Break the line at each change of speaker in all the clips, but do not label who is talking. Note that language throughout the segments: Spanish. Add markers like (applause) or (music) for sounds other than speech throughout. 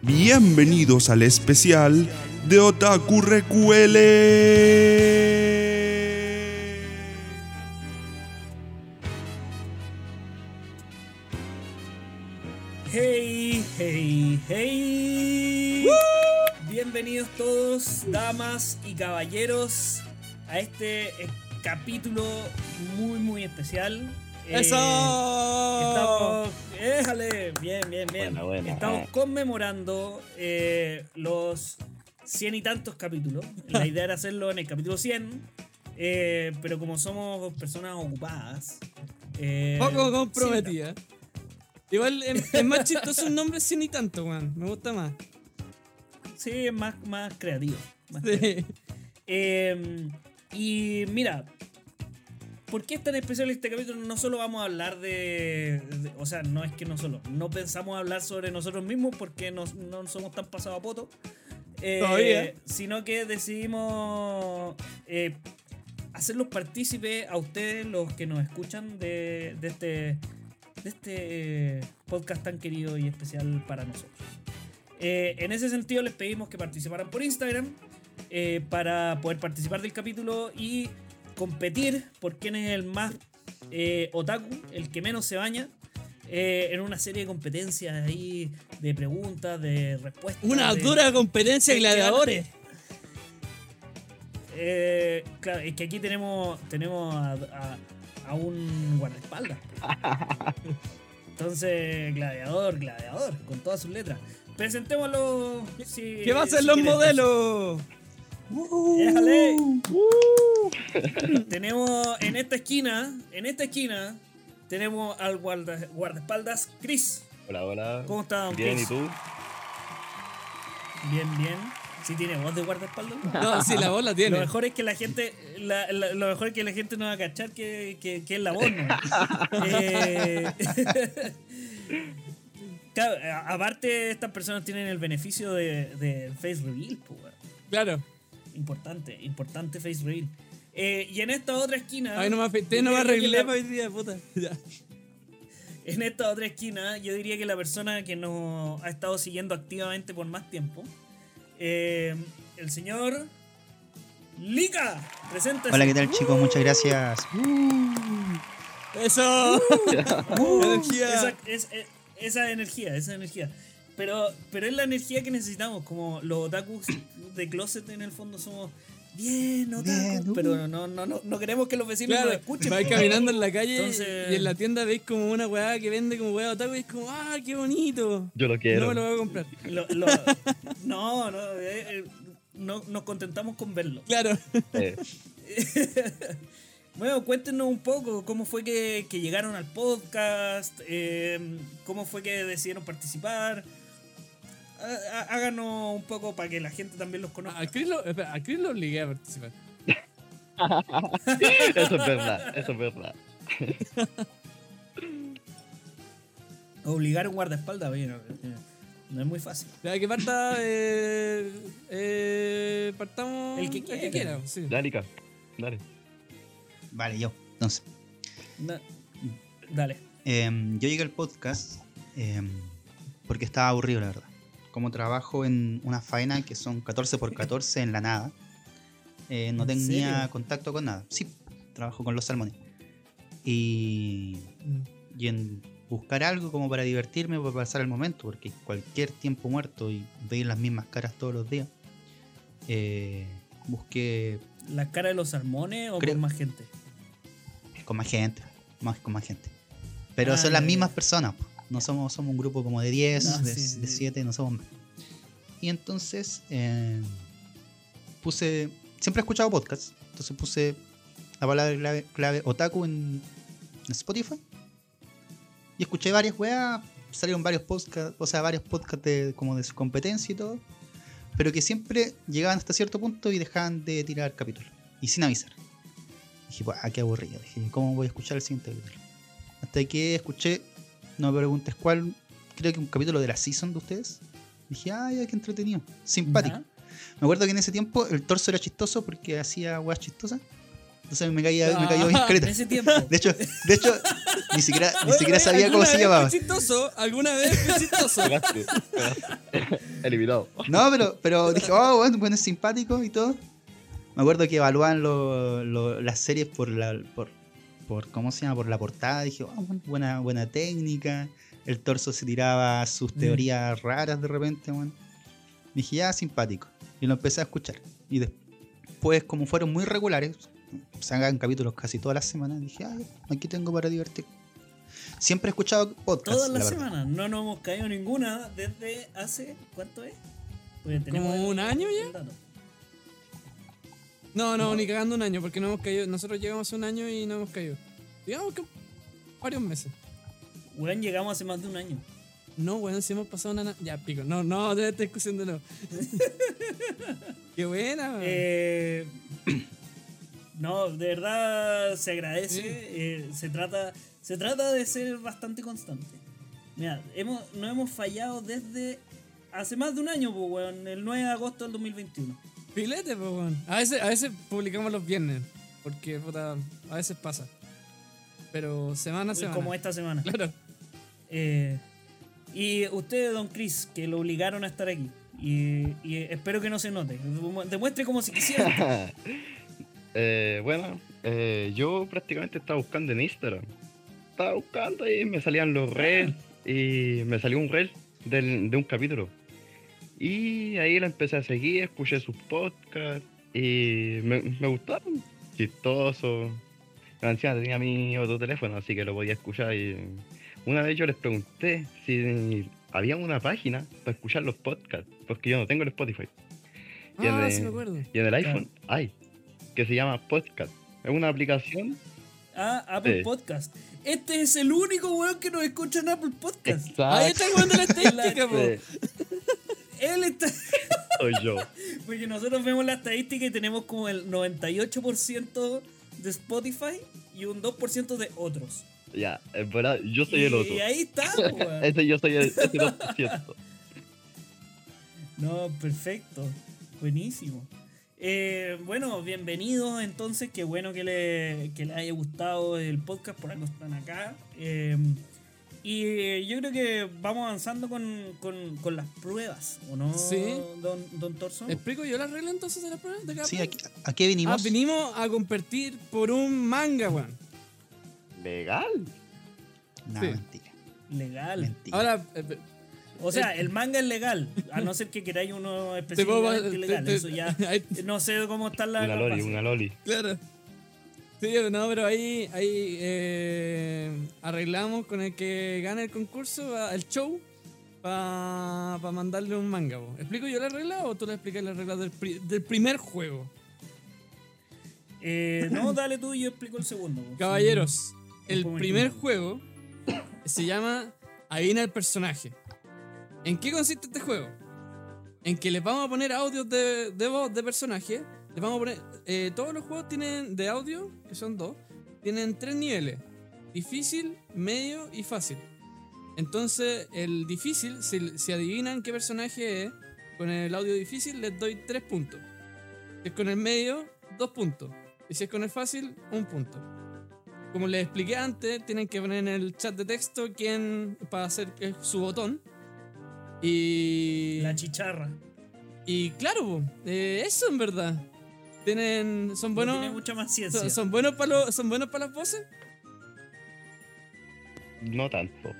Bienvenidos al especial de Otaku Recuele.
Hey, hey, hey. Bienvenidos todos, damas y caballeros, a este eh, capítulo muy, muy especial. Eh,
¡Eso!
Estamos. ¡Éjale! Bien, bien, bien.
Buena, buena.
Estamos conmemorando eh, los cien y tantos capítulos. La idea era hacerlo en el capítulo 100, eh, pero como somos personas ocupadas. eh,
Poco comprometida. Igual em, es, es más chistoso un nombre sin ni tanto, weón. Me gusta más.
Sí, es más, más creativo. más creativo.
Sí.
Eh, y mira, ¿por qué es tan especial este capítulo? No solo vamos a hablar de, de- O sea, no es que no solo. No pensamos hablar sobre nosotros mismos porque nos- no somos tan pasados a poto. Eh,
Todavía.
Sino que decidimos eh, hacerlos partícipes a ustedes, los que nos escuchan, de, de este, de este eh, podcast tan querido y especial para nosotros. Eh, en ese sentido, les pedimos que participaran por Instagram eh, para poder participar del capítulo y competir por quién es el más eh, otaku, el que menos se baña. eh, en una serie de competencias ahí, de preguntas, de respuestas.
Una
de-
dura competencia de gladiadores.
Eh, claro, es que aquí tenemos, tenemos a, a- a un
(laughs)
guardaespaldas. Entonces, gladiador, gladiador, con todas sus letras. Presentémoslo. Si,
¿Qué va a ser
si
los
quieren.
modelos?
Déjale.
Uh.
(laughs) Tenemos en esta esquina, en esta esquina, tenemos al guarda- guardaespaldas Chris.
Hola, hola.
¿Cómo está, don
Bien,
Chris?
¿y tú?
Bien, bien. Si tiene voz de guardaespaldas.
No, sí, la bola
Lo
tiene.
mejor es que la gente, la- la- lo mejor es que la gente no va a cachar que, que, que es la voz,
(laughs)
¿no? Eh, (laughs) claro, a- aparte estas personas tienen el beneficio de, de face reveal, po, weón.
Claro.
importante, importante face reveal. Eh, y en esta otra esquina,
Ay, no me afecté, no
yo diría que
me arreglé
la-
para hoy día, puta. (laughs) Ya.
en esta otra esquina, yo diría que la persona que nos ha estado siguiendo activamente por más tiempo, eh, el señor Lika, presente.
Hola, ¿qué tal chicos? Muchas gracias.
(laughs) Eso. Uh, Energía.
Uh, Esa, es- es- esa energía, esa energía. Pero, pero es la energía que necesitamos, como los otakus de closet en el fondo somos bien otakus,
Bien, uh.
pero no, no, no, no queremos que los vecinos
Claro,
nos escuchen.
vais
po.
caminando en la calle
Entonces-
y en la tienda veis como una weá que vende como weá otaku y es como, ah, qué bonito.
Yo lo
No
quiero.
me lo voy a comprar.
Lo- lo- no, no, eh, eh, no, nos contentamos con verlo.
Claro.
Eh,
Bueno, cuéntenos un poco cómo fue que, que llegaron al podcast, eh, cómo fue que decidieron participar. Há- há- Háganos un poco para que la gente también los conozca.
A Chris lo, espera, a Chris lo obligué a participar.
(laughs) eso es verdad, eso es verdad.
Obligar a un guardaespaldas, oye, no, eh, no es muy fácil.
Ya que parta, eh, eh, partamos.
El que quiera.
sí.
Dálica,
(laughs)
dale.
Vale, yo. Entonces,
No. Dale.
em, yo llegué al podcast em, porque estaba aburrido, la verdad. Como trabajo en una faena que son 14 por 14 en la nada, eh, no
¿En
tenía
serio?
contacto con nada. Sí, trabajo con los salmones. Y, y en buscar algo como para divertirme, para pasar el momento, porque cualquier tiempo muerto y veis las mismas caras todos los días, eh, busqué
¿La cara de los salmones o
Creo-
con más gente?
eh, con más gente, más con más gente. Pero
Ah,
son las
ya,
mismas
ya.
personas, po. no somos, somos un grupo como de 10,
No,
de
sí, sí, sí.
7, no somos más. Y entonces eh, puse, siempre he escuchado podcasts, entonces puse la palabra clave, clave otaku en, en Spotify y escuché varias weas, salieron varios podcasts, o sea, varios podcasts de, como de su competencia y todo, pero que siempre llegaban hasta cierto punto y dejaban de tirar capítulos y sin avisar. Dije, ah, qué aburrido. Dije, ¿cómo voy a escuchar el siguiente capítulo? Hasta que escuché, no me preguntes cuál, creo que un capítulo de la season de ustedes. Dije, ay, ay, qué entretenido, simpático.
Ya.
Me acuerdo que en ese tiempo el torso era chistoso porque hacía weas chistosas. Entonces me caía, me cayó
Ah,
(laughs)
bien
En
caleta.
ese tiempo.
De hecho, de hecho, ni siquiera, ni siquiera sabía cómo
¿Alguna
se
vez
llamaba.
Fue chistoso, alguna vez fue chistoso.
Pegaste, pegaste. Eliminado.
No, pero, pero dije, oh, bueno, bueno, es simpático y todo. Me acuerdo que evaluaban lo- lo- las series por la. Por, por, ¿Cómo se llama? Por la portada. Dije, oh, bueno, buena, buena técnica. El torso se tiraba sus
Mm.
teorías raras de repente, bueno. Dije, ya, simpático. Y lo empecé a escuchar. Y después, como fueron muy regulares, sacan capítulos casi todas las semanas, dije, ah, ya, aquí tengo para divertir. Siempre he escuchado podcasts.
Todas las
la verdad.
semanas. No nos hemos caído ninguna desde hace. ¿Cuánto es? Porque tenemos
¿Como un año ya?
el dato.
No, no, ni cagando un año, porque no hemos caído. Nosotros llegamos hace un año y no hemos caído. Digamos que varios meses.
Weón, llegamos hace más de un año.
No, weón, si hemos pasado una. na- Ya, pico. No, no, de esta discusión de nuevo. (laughs) Qué buena, weón.
Eh, (clears throat) no, de verdad se agradece. eh, se, trata, se trata de ser bastante constante. Mira, hemos, no hemos fallado desde hace más de un año, pues, weón, el 9 de agosto del 2021.
Filete, pues, weón. A veces, a veces publicamos los viernes, porque puta, a veces pasa. Pero semana a semana.
Como esta semana.
Claro.
Eh, y usted, don Chris, que lo obligaron a estar aquí. Y, y espero que no se note. Demuestre como si
(laughs)
quisiera.
(laughs) Eh, bueno, eh, yo prácticamente estaba buscando en Instagram. Estaba buscando y me salían los reels y me salió un reel del- de un capítulo. Y ahí la empecé a seguir, escuché sus podcasts y me, me gustaron. Chistoso. La anciana tenía mi otro teléfono, así que lo podía escuchar. Y una vez yo les pregunté si había una página para escuchar los podcasts, porque yo no tengo el Spotify. Y
Ah,
de-
sí me acuerdo.
y en el iPhone hay, que se llama Podcast. Es una aplicación.
Ah, Apple
Sí.
Podcast. Este es el único weón que nos escucha en Apple Podcast.
Ahí está jugando la estadística, po.
Sí,
Él está.
Soy yo.
Porque nosotros vemos la estadística y tenemos como el 98% de Spotify y un 2% de otros.
Ya, es verdad, yo soy el
Y-
otro.
Y ahí
(laughs)
está, weón.
Ese yo soy el, ese 2%.
No, perfecto. Buenísimo. Eh, bueno, bienvenidos entonces. Qué bueno que le, que le haya gustado el podcast. Por algo están acá. Eh, y eh, yo creo que vamos avanzando con, con- con las pruebas, ¿o no,
Sí.
don, don Torso?
¿Explico yo la regla entonces de la prueba? De cada
Sí,
prueba?
aquí- ¿a qué
Ah,
vinimos?
vinimos a competir por un manga, weón.
Legal.
No,
sí.
mentira.
Legal.
Mentira.
Ahora, eh,
O sea, el manga es legal, a no ser que queráis uno
te puedo.
específicamente
te-
legal.
te-
Eso ya.
ahí-
No sé cómo están las.
Una
las
Loli,
bases.
una Loli.
Claro. Sí, no, pero ahí, ahí eh, arreglamos con el que gana el concurso, va- el show, para mandarle un manga. po. ¿Explico yo la regla o tú le explicas la regla del, pri- del primer juego?
Eh, no, dale tú y yo explico el segundo. pues. po.
Caballeros, el
¿Cómo
primer
entiendo?
juego se llama Adivina el personaje. ¿En qué consiste este juego? En que les vamos a poner audios de, de voz de personaje. Les vamos a poner. eh, todos los juegos tienen de audio, que son dos, tienen tres niveles: difícil, medio y fácil. Entonces, el difícil, si, si adivinan qué personaje es, con el audio difícil les doy tres puntos. Si es con el medio, dos puntos. Y si es con el fácil, un punto. Como les expliqué antes, tienen que poner en el chat de texto quién para hacer eh, su botón. Y.
La chicharra.
Y claro, po, eh, eso en verdad. Tienen. Son
Bueno,
buenos.
tiene mucha más ciencia.
son, son buenos para los- son buenos para las voces.
No tanto.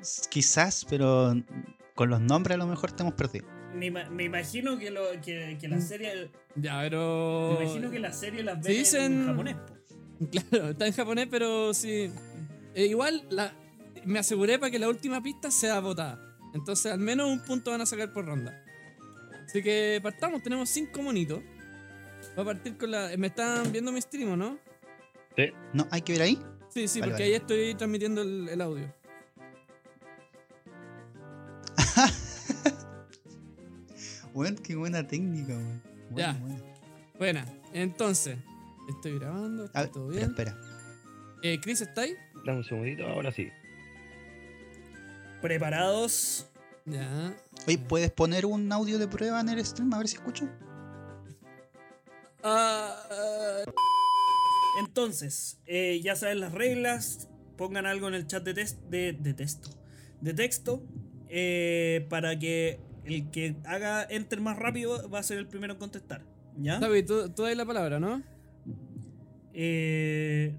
S- Quizás, pero con los nombres a lo mejor te hemos perdido.
Me, ima- me imagino que, lo, que, que la serie.
Ya, pero.
Me imagino que la serie las
Sí,
ven en
Oh. dicen-
japonés. pues. po.
(laughs) Claro, está en japonés, pero sí. Eh, igual la, me aseguré para que la última pista sea votada. Entonces al menos un punto van a sacar por ronda. Así que partamos, tenemos cinco monitos. Voy a partir con la... eh, Me están viendo mi stream, ¿o ¿no?
Sí,
No, hay que ver ahí.
Sí, sí,
Vale,
porque
vale.
ahí estoy transmitiendo el, el audio.
Bueno, qué buena técnica, weón. Bueno,
Ya.
bueno.
Buena, entonces... Estoy grabando,
A
está
ver,
todo bien.
espera, espera.
Eh, Chris, ¿está ahí?
dame un segundito, ahora sí.
Preparados.
Ya.
Oye, ¿puedes poner un audio de prueba en el stream a ver si escucho?
Ah, ah,
Entonces, eh, ya saben las reglas. Pongan algo en el chat de, test, de, de texto. De texto. eh, para que el que haga enter más rápido va a ser el primero en contestar. ¿Ya?
David, tú, tú dais la palabra, ¿no?
Eh,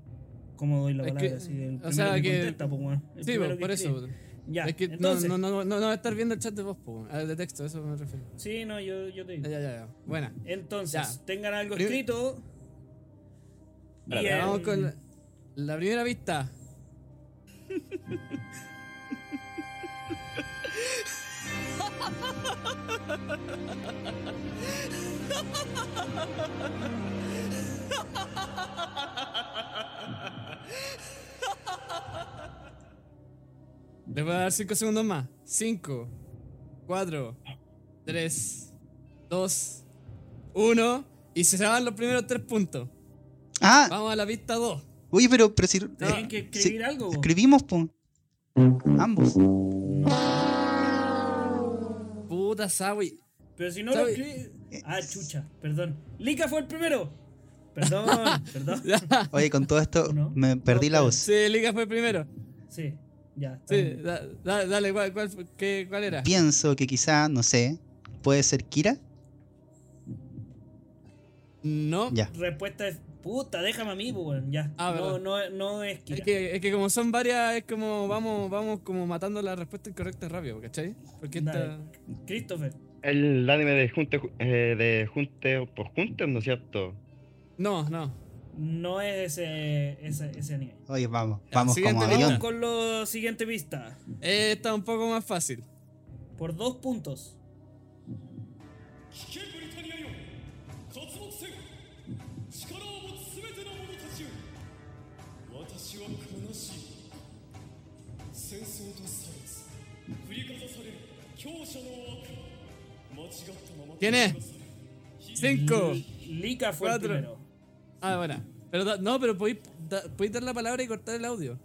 ¿Cómo doy la
Es
palabra?
que-
Así, el
o
primero
sea
que,
que-
contesta, pues, weón. El
Sí,
primero
po,
que
por
escribe.
eso. pues.
Ya,
Es que no-
entonces.
no, no, no, no va a estar viendo el chat de voz, po, ah, de texto, eso me refiero.
Sí, no, yo, yo te digo.
Ya, ya, ya. ya. Buena.
Entonces,
Ya.
tengan algo
Prim-
escrito.
Espérate,
Bien.
Vamos con la, la primera vista. Le voy a dar 5 segundos más. 5, 4, 3, 2, 1. Y se van los primeros 3 puntos.
Ah,
Vamos a la vista 2.
oye, pero, pero si. eh,
Tienen que
si-
escribir algo. po.
escribimos, po. (laughs) Ambos.
Puta Sawi.
Pero si no lo
¿Sabe?
escribí. Ah, chucha, perdón. Lika fue el primero. Perdón,
(laughs)
perdón.
Oye, con todo esto
¿No?
me perdí la voz.
Sí, Liga fue primero.
Sí, ya. está
Sí,
bien.
da- da- dale, ¿cuál, cuál, fue- qué- cuál era?
Pienso que quizá, no sé, puede ser Kira.
No.
Ya.
Respuesta es. Puta, déjame a mí, pues, weón. Ya.
Ah,
no,
verdad.
no, no es Kira.
Es que, es que como son varias, es como vamos, vamos como matando la respuesta incorrecta rápido, ¿cachai? Porque esta.
Dale. Christopher.
El anime de Junte, eh, de Junte por Junte, ¿no es cierto?
No, no.
No es ese, ese, ese anime.
Oye, vamos,
Ya,
vamos
siguiente
como
pregunta.
Vamos
avión.
con la siguiente pista.
Esta un poco más fácil.
Por dos puntos.
¿Quién es? 5.
Lika fue
Cuatro.
el primero.
Ah, bueno. Pero da- no, pero podéis da- podéis dar la palabra y cortar el audio.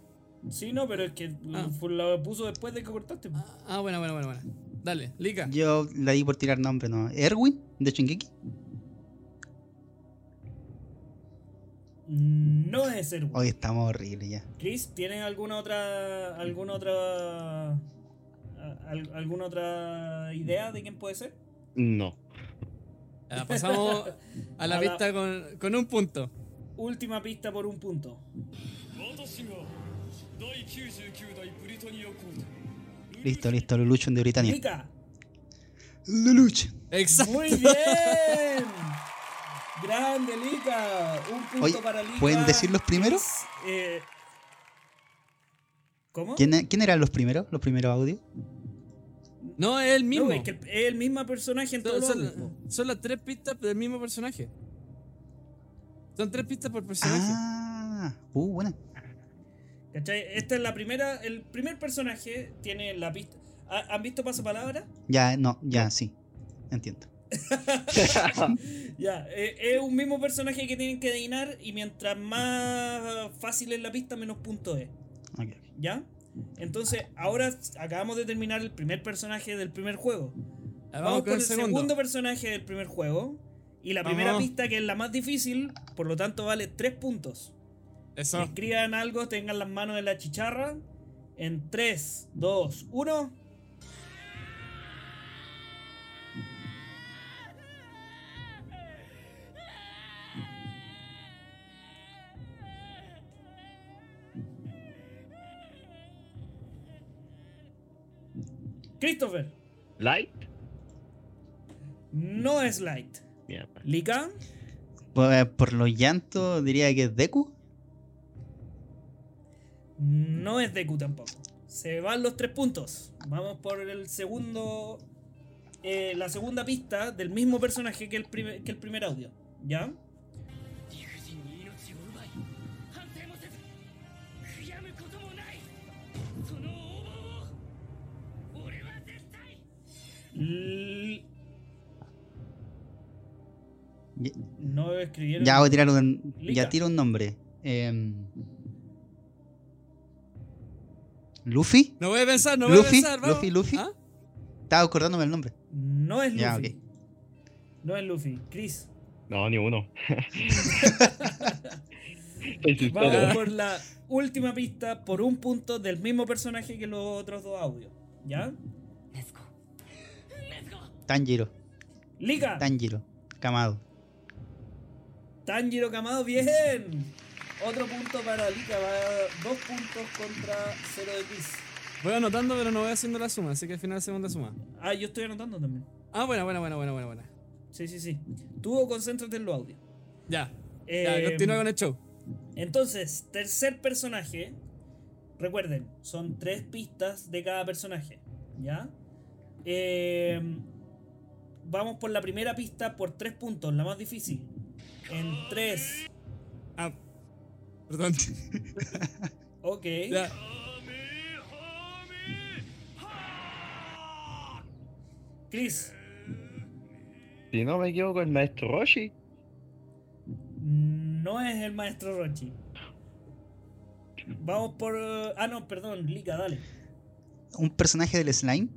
Sí, no, pero es que
Ah.
fue- lo puso después de que cortaste. pues.
Ah, Ah, bueno, bueno, bueno, bueno. Dale, Liga.
Yo la di por tirar nombre, ¿no? ¿Erwin? ¿De Shingeki?
No es el
Hoy estamos horribles ya.
Chris, ¿tienes alguna otra alguna otra a- al- alguna otra idea de quién puede ser?
No.
Ya, pasamos (laughs) a la
A la-
vista con, con un punto.
Última pista por un punto.
私が第99代ブリタニア皇帝
Listo, listo, Luluchon de Britania.
Lika,
Luluch.
Exacto.
muy bien. Grande Lika, un punto
Oye,
para Lika.
¿pueden decir los primeros?
Chris, eh, ¿Cómo?
¿Quién, ¿Quién eran los primeros? ¿Los primeros audios?
No, es el mismo.
No, es que el- es el mismo personaje en
Son,
todos
son-
los audios.
son las tres pistas del mismo personaje. Son tres pistas por personaje.
Ah, uh, buena.
¿Cachai? Esta es la primera, el primer personaje tiene la pista. ¿Ha- ¿Han visto pasapalabra?
Ya, no, ya, sí. Entiendo.
Ya, eh, es un mismo personaje que tienen que adivinar y mientras más fácil es la pista, menos puntos es.
Ok.
¿Ya? Entonces, ahora acabamos de terminar el primer personaje del primer juego.
Ya,
Vamos con el segundo.
segundo.
personaje del primer juego. Y la primera
Vamos.
pista, que es la más difícil, por lo tanto vale 3 puntos.
Eso.
Escriban algo, tengan las manos en la chicharra. En 3, 2, 1. Christopher,
Light.
no es Light.
Mierda.
Lika,
Por, eh, por los llantos diría que es Deku.
no es Deku tampoco. Se van los tres puntos. Vamos por el segundo. eh, la segunda pista del mismo personaje que el, primer, que el primer audio. ¿Ya?
理不尽に命を奪い反省もせず悔やむこともないその横暴を俺は絶対
L-
Ya,
No escribieron.
ya voy a tirar un,
Lika.
ya tiro un nombre. Em, Luffy.
No voy a pensar, no voy
Luffy,
a pensar. Vamos.
Luffy, Luffy.
¿Ah?
Estaba acordándome el nombre.
No es Luffy.
Ya, ok.
(laughs)
(laughs)
No es Luffy. Chris.
No, ni uno. Está insultado.
Vamos por la última pista por un punto del mismo personaje que los otros dos audios. ¿Ya?
ネズコネズコ
Tanjiro,
Liga,
Tanjiro, Kamado.
Tanjiro Kamado, bien. Otro punto para Liga, va dos puntos contra cero de Piz.
Voy anotando, pero no voy haciendo la suma, así que al final hacemos la suma.
Ah, yo estoy anotando también.
Ah, buena, buena, buena, buena, buena, buena.
Sí, sí, sí. Tú concéntrate en los audios.
Ya.
Eh,
ya, continúa con el show.
Entonces, tercer personaje. Recuerden, son tres pistas de cada personaje. ¿Ya? Eh, vamos por la primera pista por tres puntos, la más difícil. En tres.
Ah, perdón.
Ok.
ya.
Chris.
Si no me equivoco, el maestro Roshi.
No es el maestro Rochi. Vamos por. eh, Ah, no, perdón, Lika, dale.
Un personaje del slime.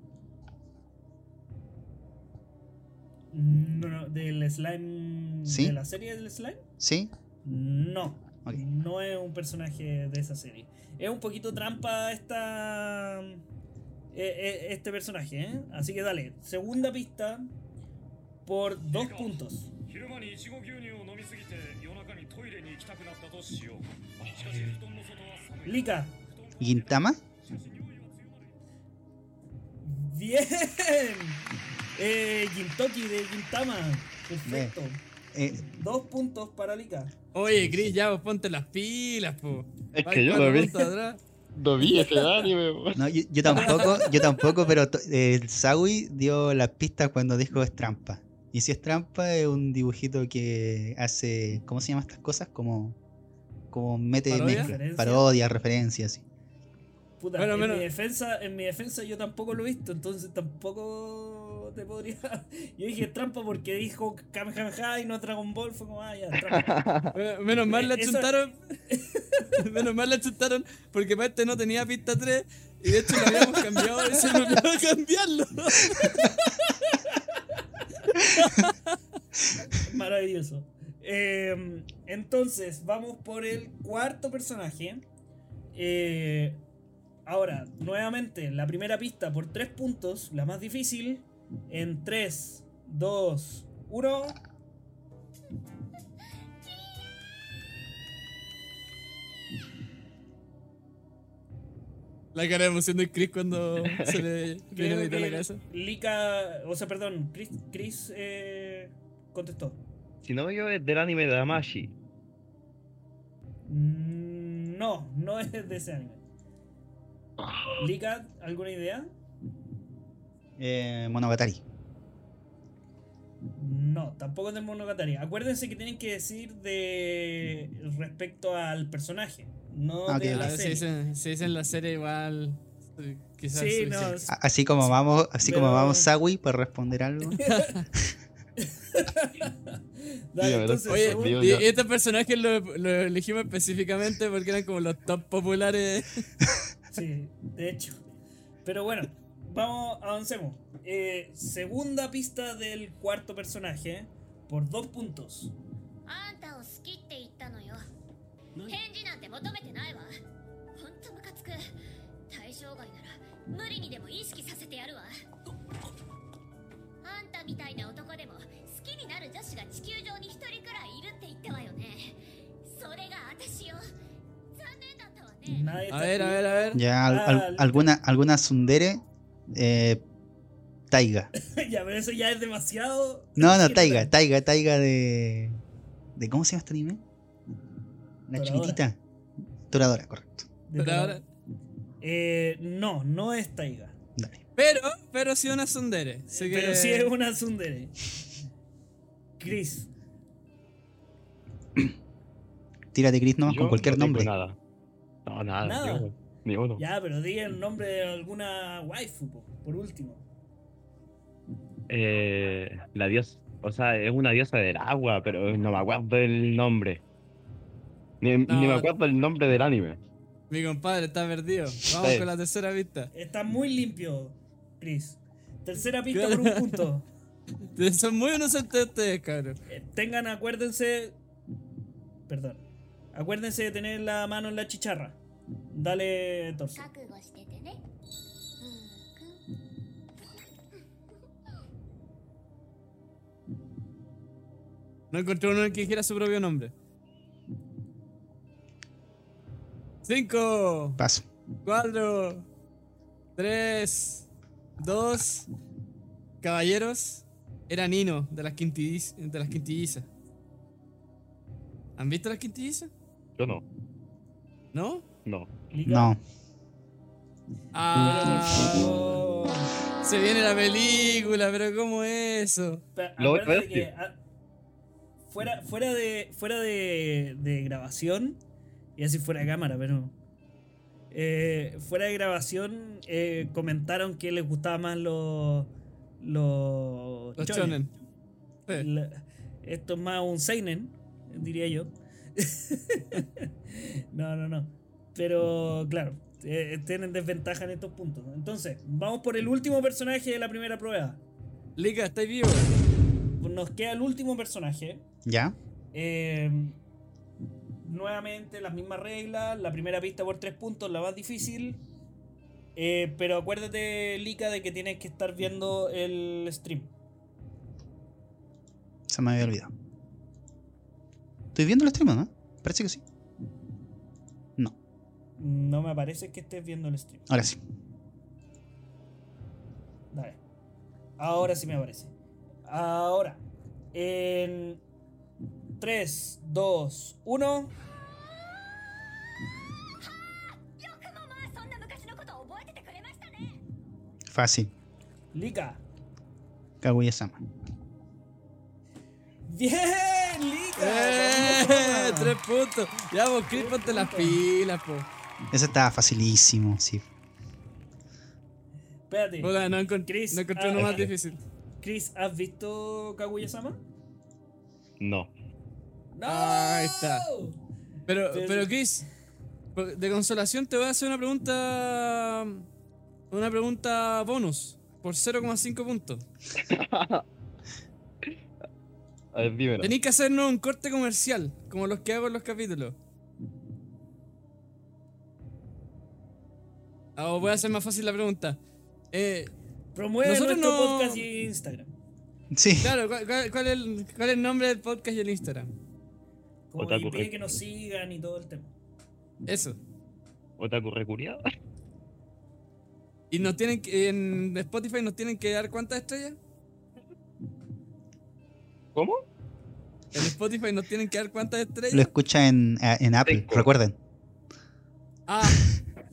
No, no, del slime.
¿Sí?
¿De la serie del slime?
Sí,
No.
Ok.
No es un personaje de esa serie. Es un poquito trampa esta. eh, eh, Este personaje, ¿eh? Así que dale, segunda pista por dos puntos.
昼間にイチゴ牛乳を飲みすぎて夜中にトイレに行きたくなったとしようしかし布団の外は寒い
Lika,
Gintama.
bien. Eh, Gintoki de Gintama, perfecto.
Eh,
Dos puntos para Lika.
Oye, Chris, ya vos ponte las pilas, po.
Es
Vas
que yo
cuatro
lo vi.
puntos atrás.
No vi ese anime, weón.
no, yo, yo tampoco, yo tampoco, pero to- eh, el Sawi dio las pistas cuando dijo es trampa. Y si es trampa, es un dibujito que hace. ¿Cómo se llaman estas cosas? Como. Como mete
¿Parodia?
mezcla,
Referencia.
parodia, referencias, sí.
Puta,
Bueno,
en,
menos-
Mi defensa, en mi defensa yo tampoco lo he visto, entonces tampoco te podría. (laughs) Yo dije trampa porque dijo Kamehameha y no Dragon Ball, fue como, ah, ya, trampa.
Eh, Menos mal la
Eso-
chuntaron. (laughs) Menos mal la chuntaron porque para este no tenía pista 3 y de hecho lo habíamos cambiado y se me olvidó cambiarlo.
Maravilloso. Eh, entonces, vamos por el cuarto personaje. Eh, ahora, nuevamente, la primera pista por tres puntos, la más difícil. En 3, 2, 1.
La cara de emoción de Chris cuando
(laughs)
se le vino a
Creo
gritar la
que
cabeza.
Lika, o sea, perdón, Chris, Chris eh, contestó.
Si no me equivoco, es del anime de Damashi.
Mm, No, no es de ese anime. Lika, ¿alguna idea?
Eh, Monogatari.
No, tampoco es de Monogatari. Acuérdense que tienen que decir de respecto al personaje, no
Ah, ok,
de
ok.
la
Ah, se
serie.
dice, se dice en la serie igual. eh, Quizás.
Sí,
se-
no,
se-
A- Así como vamos, así como
Pero-
vamos Sawi para
(laughs)
responder algo.
Dale,
Dígame,
entonces, uh,
Oye,
según-
Digo
y,
yo.
y estos personajes los lo elegimos específicamente porque eran como los top populares.
sí, de hecho. Pero bueno, vamos, avancemos. Eh, segunda pista del cuarto personaje por dos puntos.
あんたを好きって言ったのよ
何
返事なんて求めてないわほんとムカつく対象外なら無理にでも意識させてやるわあんたみたいな男でも好きになる女子が地球上に一人くらいいるって言ったわよねそれが私よ残念だったわね
Nadie
A
está-
ver, a ver, a ver.
Ya al- al-
Ah, listo.
alguna, alguna Sundere. eh, taiga.
(laughs) ya, pero eso ya es demasiado.
No, no,
Sí,
Taiga, Taiga, Taiga de. de ¿Cómo se llama este anime? La
Toradora.
chiquitita. Toradora, correcto.
de
Pero,
verdad.
ahora-
Eh, no, no es Taiga.
Dale.
pero, pero sí una sondere. Así
Pero
que-
sí es una tsundere. Chris.
Tírate Chris nomás
Yo
con cualquier
no tengo
nombre.
Nada. No, nada.
Nada.
Ni uno. Ni uno.
Ya, pero di el nombre de alguna waifu, po, por último.
Eh, la diosa. O sea, es una diosa del agua, pero no me acuerdo el nombre. Ni, ni
No.
me acuerdo el nombre del anime.
Mi compadre está perdido. Vamos
Sí.
con la tercera pista.
Está muy limpio, Chris. Tercera pista
Claro.
por un punto.
(laughs) Son muy inocentes ustedes, cabrón.
Eh, tengan, acuérdense. Perdón. Acuérdense de tener la mano en la chicharra. Dale torso.
覚悟しててねふーくん
No encontré uno que dijera su propio nombre. Cinco,
Paso.
cuatro, tres, dos. Caballeros, era Nino de las, quintilliz- de las quintillizas. ¿Han visto las quintillizas?
Yo no,
¿No?
no.
No.
Ah,
Oh.
se viene la película, pero ¿cómo eso?
Pero
Lo voy a
acuérdate
ver,
que,
tío.
ah, fuera, fuera de. fuera de, de grabación. Y así fuera de cámara, pero. eh, fuera de grabación eh, comentaron que les gustaba más los. Los,
Los
shonen.
chonen. Sí.
La- esto es más un seinen, diría yo. (laughs) no, no, no. Pero claro, eh, tienen desventaja en estos puntos. Entonces, vamos por el último personaje de la primera prueba.
Lika, ¿estáis vivos?
Nos queda el último personaje.
¿Ya?
Eh, nuevamente las mismas reglas. La primera pista por tres puntos, la más difícil. Eh, pero acuérdate, Lika, de que tienes que estar viendo el stream.
Se me había olvidado. ¿Estoy viendo el stream, o no? Parece que sí. No,
No me parece que estés viendo el stream.
ahora sí.
Dale. Ahora sí me aparece. Ahora. En 3, 2, 1.
よくもまあそんな昔のことを覚えててくれましたね
Fácil.
Lika.
Kaguya-sama.
¡Bien! ¡Lika! (laughs)
¡Eh! Tres puntos. Ya, vos, Chris, ponte las pilas, po.
Ese estaba facilísimo, sí.
Espérate.
Puta, no encontré,
Chris,
no encontré uno
ah,
más
este.
difícil.
Chris, ¿has visto Kaguya-sama?
No.
¡No!
Ahí está. Pero,
Pero-
pero Chris, por- de consolación te voy a hacer una pregunta. Una pregunta bonus. Por 0,5 puntos.
A ver, dímelo.
Tenéis que hacernos un corte comercial, como los que hago en los capítulos. Ah, os voy a hacer más fácil la pregunta. Eh,
Promueve
Nosotros
nuestro
no-
podcast y Instagram.
Sí.
claro, ¿cuál, cuál- cuál es el, cuál es el nombre del podcast y el Instagram?
Como
Otaku
y pide
Rex.
que nos sigan y todo el tema.
Eso.
Otaku recuriado.
Y nos tienen que- en Spotify nos tienen que dar cuántas estrellas?
(laughs) ¿Cómo?
En Spotify nos tienen que dar cuántas
Lo
estrellas.
escucha en, eh, en Apple,
Cinco.
recuerden.
Ah,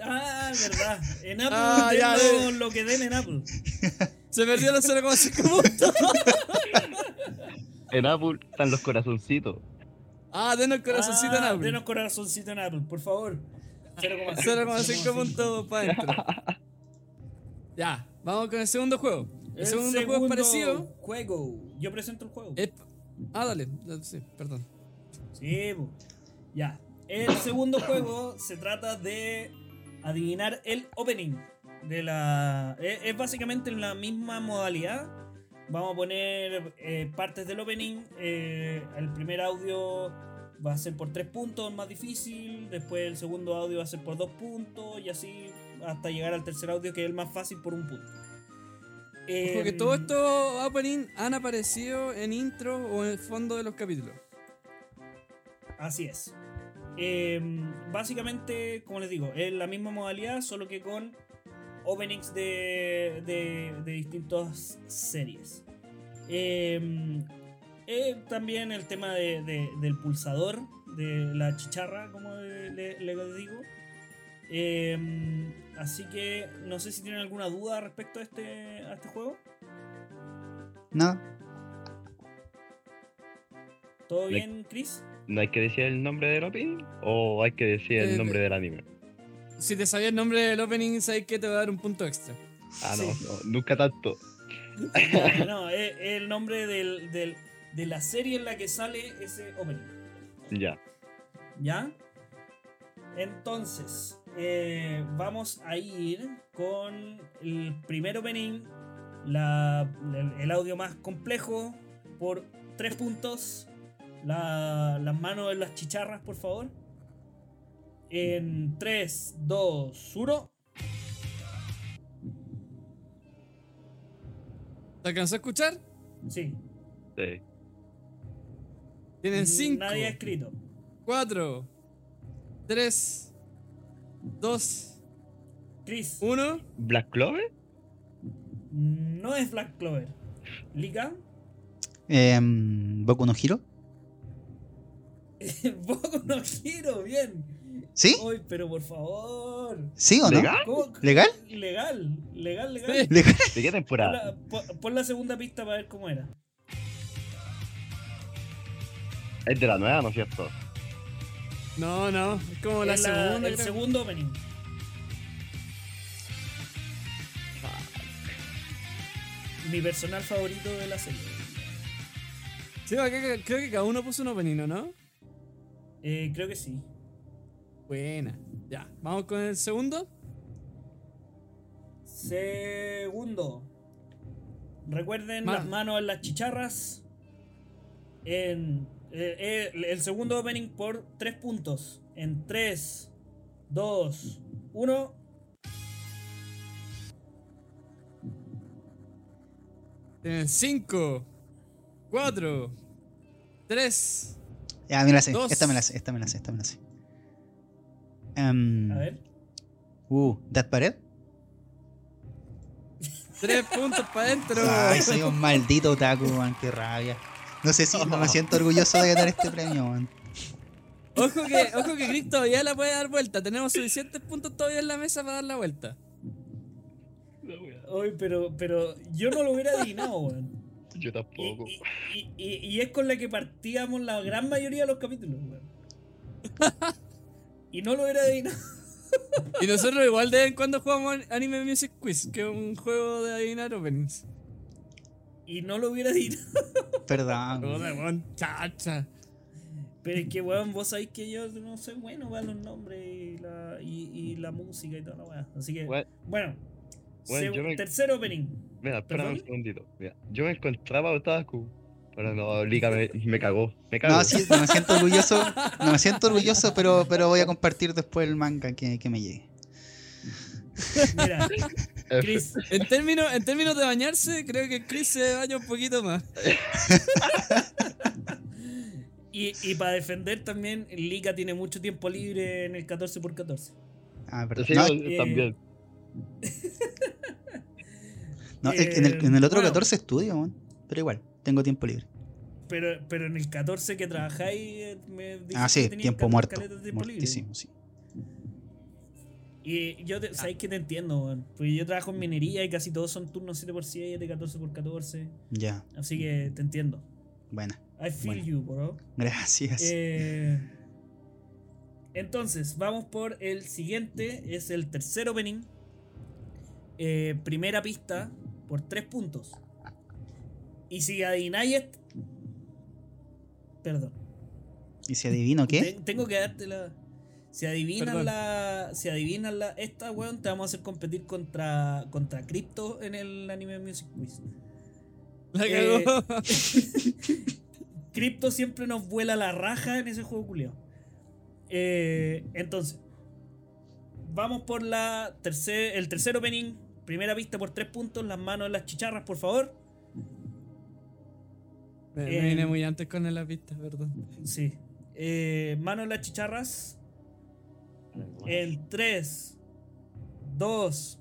Ah, verdad. En Apple,
(laughs) Ah, ya,
dennos
eh.
lo que den en Apple.
se perdió los 0,5 puntos.
En Apple están los corazoncitos.
Ah, denos corazoncito en
Ah,
Apple.
Denos corazoncito en Apple, por
(laughs)
favor. 0,5.
0,5 puntos para adentro. Ya, vamos con el segundo juego. El, segundo, juego es parecido.
juego. Yo presento el juego.
es- Ah, dale. no, Sí, perdón.
Sí, po. ya. El segundo juego se trata de adivinar el opening de la. Es, es básicamente en la misma modalidad. Vamos a poner eh, partes del opening. eh, el primer audio va a ser por tres puntos, más difícil. Después el segundo audio va a ser por dos puntos y así hasta llegar al tercer audio que es el más fácil por un punto.
Porque
Em,
todos estos opening han aparecido en intro o en el fondo de los capítulos.
Así es. Eh, básicamente, como les digo, es la misma modalidad, solo que con openings de, de, de distintas series. Eh, eh, también el tema de- de- del pulsador, de la chicharra, como le, le- le digo. Eh, así que no sé si tienen alguna duda respecto a este, a este juego.
No,
¿Todo
Le-
bien, Chris?
¿No hay que decir el nombre del opening? ¿O hay que decir
Eh,
el nombre del anime?
Si te sabía el nombre del opening, sabes que te va a dar un punto extra.
Ah, no,
sí.
no, nunca tanto.
(laughs) no, es es el nombre del- del- de la serie en la que sale ese opening.
Ya.
¿Ya? Entonces, eh, vamos a ir con el primer opening, la- el, el audio más complejo, por tres puntos. La- las manos en las chicharras, por favor. En 3, 2, 1.
¿Te alcanzó a escuchar?
Sí.
Sí.
Tienen 5,
Nadie ha escrito.
4, 3, 2,
Chris,
1.
¿Black Clover?
no es Black Clover. Lika,
Eh, ¿Boku no Hiro?
(laughs) Boku no giro, bien.
¿Sí?
Uy, pero por favor.
¿Sí o no?
¿Legal?
¿Cómo-
¿Legal?
Legal, legal, legal.
¿Legal?
¿De qué
Pon
temporada?
la, pon- pon la segunda pista para ver cómo era.
Es de la nueva, ¿no es cierto?
No, no, es como la,
Es la-
segunda.
el
creo.
segundo opening. Mi personal favorito de la serie.
Sí, acá creo creo que cada uno puso un opening, ¿no?
Eh, creo que sí.
Buena. Ya, vamos con el segundo.
Segundo. Recuerden
Ma-
las manos en las chicharras. En, eh, eh, el segundo opening por 3 puntos. En 3, 2, 1.
Tienen 5, 4, 3.
Ya, Ah, me la sé.
Dos.
Esta me la sé, esta me la sé, esta me la sé. Em,
A ver.
Uh, ¿That Pared?
Tres puntos para adentro.
Ay, soy un maldito otaku, weón, qué rabia. No sé si no me siento orgulloso de ganar este premio, weón.
Ojo que, ojo que Chris todavía la puede dar vuelta. Tenemos suficientes puntos todavía en la mesa para dar la vuelta.
Hoy, pero, pero yo no lo hubiera adivinado, weón.
Yo
Y,
tampoco.
y- y- y- y es con la que partíamos la gran mayoría de los capítulos, weón. Y no lo hubiera adivinado.
Y nosotros igual de vez en cuando jugamos Anime Music Quiz, que es un juego de adivinar openings.
Y no lo hubiera adivinado.
Perdón. weón.
Joder, weón. Chacha.
Pero es que, weón, vos sabéis que yo no soy bueno para los nombres y la, y, y la música y toda la weá. Así que,
Bueno,
bueno.
Bueno, yo
segu-
me-
Tercer opening.
Mira, espérame un
¿Perdón?
segundito. Mira, yo me encontraba Otaku. Pero no, Lika me, me cagó. Me cagó.
No, sí, no me siento orgulloso, no me siento orgulloso, pero, pero voy a compartir después el manga que, que me llegue.
Mira,
F.
Chris,
En términos, en términos de bañarse, creo que Chris se baña un poquito más.
y, y para defender también, Lika tiene mucho tiempo libre en el 14x14.
Ah, perdón.
Sí,
No,
yo
eh,
también.
no, el- en, el, en el otro
bueno.
14 estudio, weón. Pero igual, tengo tiempo libre.
Pero, pero en el 14 que trabajáis, eh, me dijiste
Ah,
que
sí,
tenías
tiempo
cal-
muerto.
caleta de tiempo libre.
Muertísimo, sí.
Y yo, te, ¿sabéis que te entiendo, weón? Porque yo trabajo en minería y casi todos son turnos 7x7, 14x14.
Ya,
Así que te entiendo.
buena. (laughs)
I feel
Bueno.
you, bro.
Gracias.
Eh, entonces, vamos por el siguiente. Es el tercer opening. Eh, primera pista por tres puntos. Y si adivináis. est- Perdón.
¿Y si adivino qué?
Ten- tengo que darte la. Si adivinas
Perdón.
la. Si adivinas la. Esta, weón, te vamos a hacer competir contra. Contra Crypto en el anime Music Quiz.
La
Eh,
cagó.
Crypto siempre nos vuela la raja en ese juego culiao. Eh, entonces, vamos por la tercer, el tercer opening. Primera pista por tres puntos. Las manos en las chicharras, por favor.
(laughs) Me, me vine muy antes con la pista, perdón.
Sí. Eh, manos en las chicharras. En 3, 2,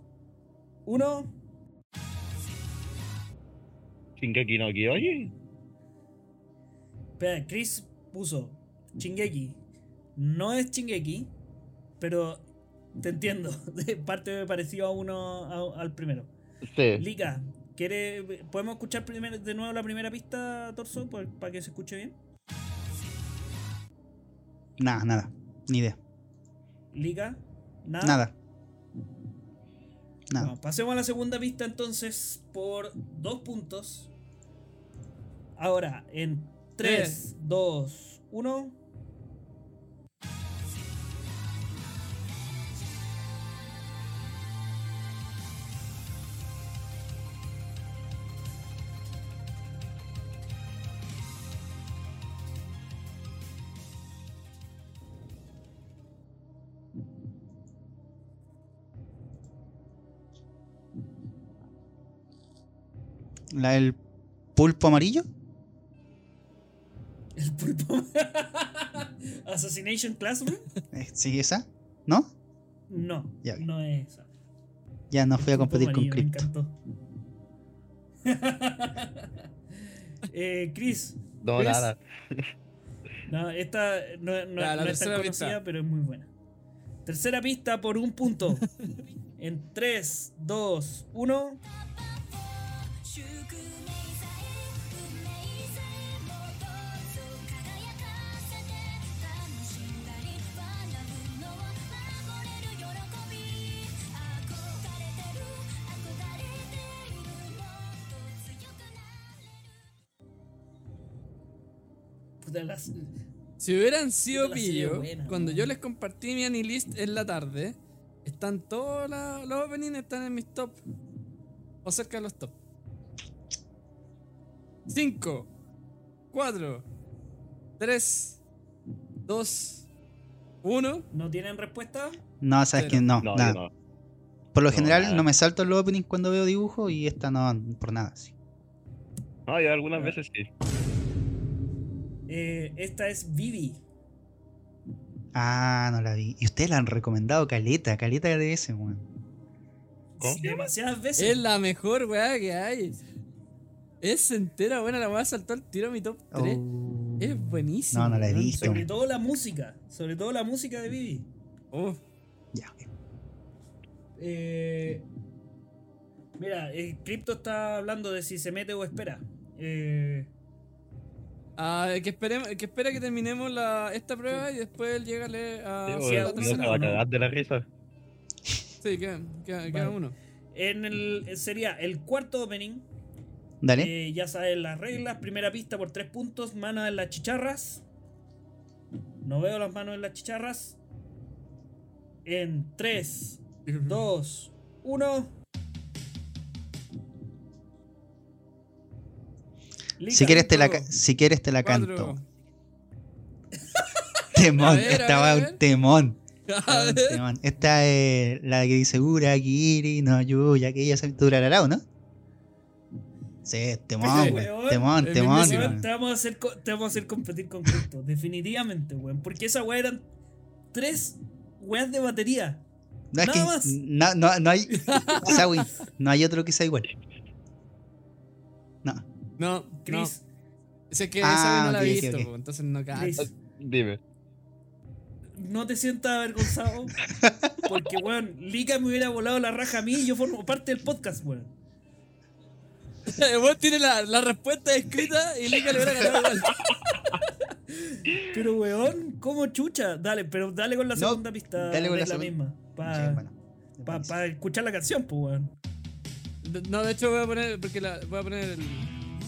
1.
Shingeki no Kyojin.
Espera, Chris puso Chingeki. No es Chingeki, pero te entiendo. (laughs) De parte parecido a uno a- al primero.
Sí.
Lika, ¿quiere, ¿podemos escuchar primero- de nuevo la primera pista, Torso, por- para que se escuche bien?
Nada, nada. Ni idea.
Lika,
Ah.
nada.
Nada. Nada.
Bueno, pasemos a la segunda pista entonces por dos puntos. Ahora, en 3, 2, 1.
¿La del pulpo amarillo?
El pulpo. (laughs) Assassination Classroom?
Eh, ¿Sí, esa? ¿No?
No,
Ya vi.
no es esa.
Ya no fui a
Pulpo
competir con
amarillo, me
Crypto.
encantó. (laughs) eh, Chris,
No,
¿Ves?
nada.
no, esta no, no-
Ya, la
no es tan
tercera
conocida,
pista.
pero es muy buena. Tercera pista por un punto. (laughs) en 3, 2, 1.
宿命さえ運命さえもっと輝かせて楽しんだり学ぶのは守れる喜び憧れてる憧れているもっと強くな
Puta, las-
Si hubieran sido
Puta, la serie
pillo,
buena,
cuando
weón.
yo les compartí mi Anilist en la tarde, están todos la- los openings están en mis top. O cerca de los top. 5, 4, 3, 2, 1.
¿No tienen respuesta?
No, sabes
Pero-
que no,
No,
nada.
yo no.
Por lo
No,
general
nada.
no me salto los openings cuando veo dibujo y esta no, por nada. sí.
No, yo algunas veces sí.
Eh, esta es Vivi.
Ah, no la vi. Y ustedes la han recomendado caleta, caleta de ese, weón.
¿Cómo?
Demasiadas veces.
Es la mejor weá que hay. Es entera buena, la weá saltó al tiro a mi top 3.
Oh.
Es buenísimo.
No, no la he visto.
Sobre todo la música. Sobre todo la música de Vivi.
Oh.
Ya.
Eh, mira, el Crypto está hablando de si se mete o espera. Eh,
Ah, que, esperemos, que espera que terminemos la, esta prueba y después él llega a leer a
Sí,
a
o-
sí,
la
o
otra
se
tercera.
va a
no.
cagar de la risa.
Sí, queda, queda- queda
Vale.
uno.
en el, sería el cuarto opening.
Dale.
Eh, ya saben las reglas. Primera pista por tres puntos. Manos en las chicharras. No veo las manos en las chicharras. En 3, 2, 1.
si, quieres te la,
cinco,
ca- si quieres te la
Cuatro.
canto.
(laughs)
Temón,
A ver, a
esta
ver, a
va un
ver.
temón.
A
(laughs)
un
ver.
temón. Esta es la que dice Ura, Kiri, no Yuya, que ella se dura al lado, ¿no? Sí, temón,
Sí,
weón.
weón.
Temón,
El
temón.
mismísimo.
weón.
te, vamos a hacer, co- te vamos a hacer competir con Crypto, definitivamente, weón. Porque esa weá eran tres weas de batería.
No, es
Nada
que
más.
no, no,
(laughs)
no hay. quizá, güey, no hay otro que sea igual. No.
(laughs) No, no.
Chris,
Sé que
Ah,
esa vez no la he
ok, ok,
visto,
ok.
po, entonces no ah, cae.
Chris,
Dime.
no te sientas avergonzado. Porque, weón, Lika me hubiera volado la raja a mí y yo formo parte del podcast, weón.
(laughs) Vos tiene la, la respuesta escrita y Lika le hubiera ganado igual.
Pero, weón, ¿cómo chucha? Dale, pero dale con la
No,
segunda pista.
dale con la
de
segun-
misma. Para
Sí, bueno.
escuchar la canción, pues, weón.
De- No, de hecho voy a poner, porque la, voy a poner el...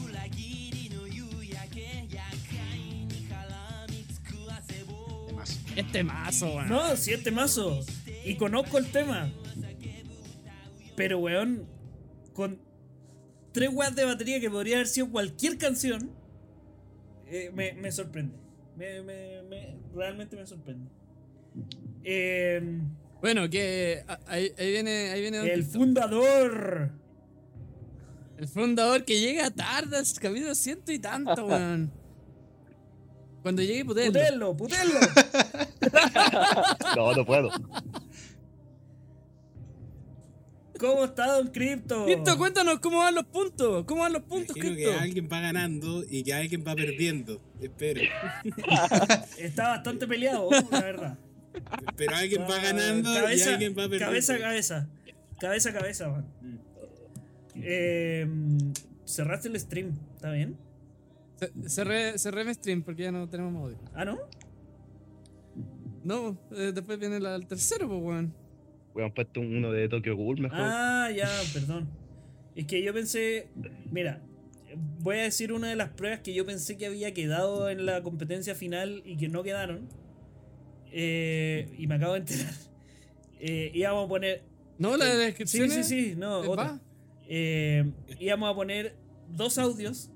裏切りの夕焼け厄介に絡みつく汗を
Este mazo, weón.
No, siete mazo. Y conozco el tema. Pero, weón, con tres watts de batería que podría haber sido cualquier canción, eh, me, me sorprende. Me- me- me- realmente me sorprende. Eh,
Bueno, que a- ahí, ahí viene, ahí viene Don
el
Cristo.
fundador.
El fundador que llega tarde al capítulo ciento y tanto, (laughs) weón. Cuando llegue, putel.
Putelo, putelo.
No, no puedo.
¿Cómo está Don Crypto?
Cristo, cuéntanos cómo van los puntos. ¿Cómo van los puntos,
Imagino
Cristo?
que alguien va ganando y que alguien va perdiendo. Espero.
Está bastante peleado, la verdad. (laughs)
Pero alguien va
Ah,
ganando y
cabeza,
alguien va perdiendo.
cabeza a cabeza. Cabeza a cabeza, man. Em, cerraste el stream, ¿está bien?
Se- Cerré, cerré mi stream porque ya no tenemos más audio.
Ah, ¿no?
No, eh, después viene la- el tercero, pues, weón.
Hubieran puesto uno de Tokyo Ghoul mejor.
Ah, ya, perdón. Es que yo pensé, mira, voy a decir una de las pruebas que yo pensé que había quedado en la competencia final y que no quedaron. Eh, y me acabo de enterar. (laughs) Eh, íbamos a poner...
No, la de
Sí,
descripción.
sí, sí, no,
Eh, ¿Va?
otra. Eh, íbamos a poner dos audios.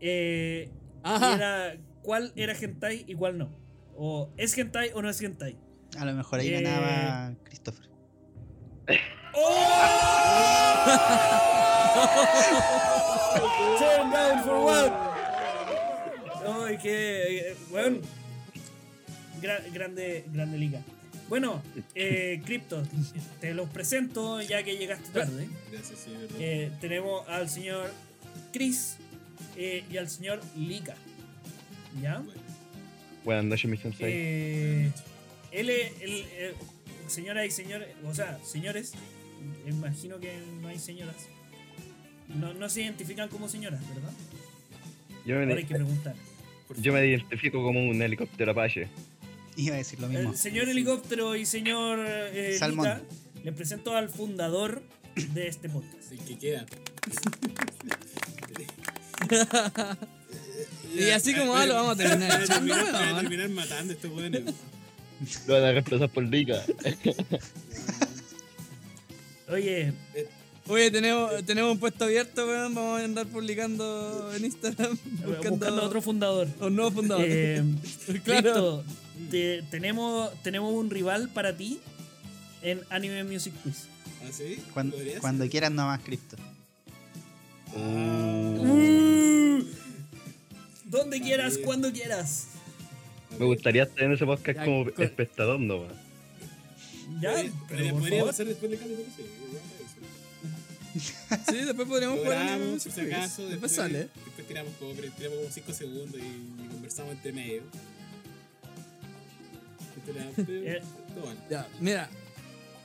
Eh,
Ajá.
y era cuál era hentai y cuál no. O es hentai o no es hentai.
A lo mejor ahí
Eh.
ganaba Christopher.
Turn down for what? Ay, qué. eh, Weón. Gra- grande, grande liga. Bueno, eh, Cryptos, te los presento ya que llegaste tarde.
Gracias, sí, verdad.
Eh, tenemos al señor Chris eh, y al señor Lika. ¿Ya?
Bueno,
Buenas noches, mi sensei.
Eh, él es- él, eh, señoras y señores, o sea, señores, imagino que no hay señoras. No, no se identifican como señoras, ¿verdad?
yo,
Ahora hay
me,
que preguntar.
por
yo
favor.
me identifico como un helicóptero Apache.
(laughs) Iba a decir lo mismo.
El señor helicóptero y señor eh,
Salmón.
Lika, les presento al fundador de este podcast.
El que queda.
(laughs) Y así como va, lo vamos a terminar
Voy a
echando,
terminar, voy a
weón.
terminar matando a estos buenos.
Lo van a reemplazar por Dica.
Oye, eh,
Oye, tenemos, tenemos un puesto abierto, weón. Vamos a andar publicando en Instagram. (laughs)
buscando, otro fundador.
Un nuevo fundador.
Eh,
(laughs) claro.
Cristo, te- tenemos, tenemos un rival para ti en Anime Music Quiz.
¿Ah, sí?
Cuan- Cuando,
¿Podría ser?
quieras nomás, cripto.
Ah.
Mm. Donde quieras,
Amigo.
cuando quieras.
Me gustaría estar en ese podcast
Ya,
como
con-
espectador, no, weón.
Ya,
Podría-
pero
podría-
por
podría
favor.
pasar después de Cali, pero sí, ya, eso.
Sí, después podríamos jugar en
Cobramos,
el-
por si acaso,
Después sale.
Después tiramos cobre, tiramos como 5 segundos y, y conversamos entre medio.
(laughs)
Esto le da-
Eh.
Todo bueno.
Ya, mira.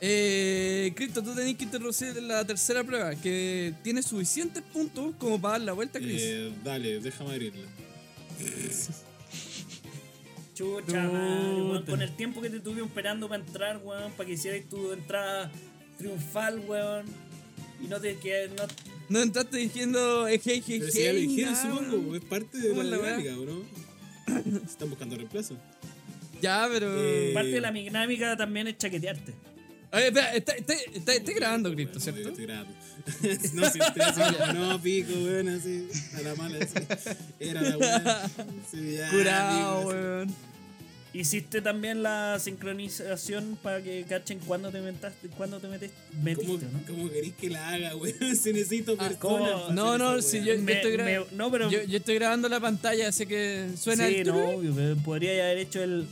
Eh, Cristo, tú tenés que introducir la tercera prueba, que tiene suficientes puntos como para dar la vuelta, Chris.
Eh, dale, déjame abrirla.
Chucha, madre, weón,
Puta.
con el tiempo que te tuvieron esperando para entrar, weón, para que hicieras tu entrada triunfal, weón. Y no te que no,
No entraste diciendo eh, hey, hey, hey.
Pero si ya lo dijeron,
nada,
supongo, pues.
weón.
es parte de
¿Cómo
la
es la
dinámica, ¿o no?
(coughs)
Están buscando reemplazo.
Ya, pero.
Eh,
parte de la dinámica también es chaquetearte.
Oye, espera, está, está, está- está grabando, Cristo,
Bueno,
¿cierto?
Estoy grabando. (laughs) no, si usted así, como, no, pico, weón, así, a la mala, así. Era la weá. Sí, ya,
Curado,
pico, así.
weón.
Hiciste también la sincronización para que cachen cuándo te metaste, cuándo te metes,
¿Cómo,
metiste, ¿no?
¿Cómo querés que la haga, (laughs) weón? Si necesito
Ah,
personas.
¿cómo?
para hacer
No, no,
esa
si
weá.
yo- estoy gra-
no, pero
Yo, yo estoy grabando la pantalla, así que suena
sí,
el.
no, obvio, pero podría haber hecho el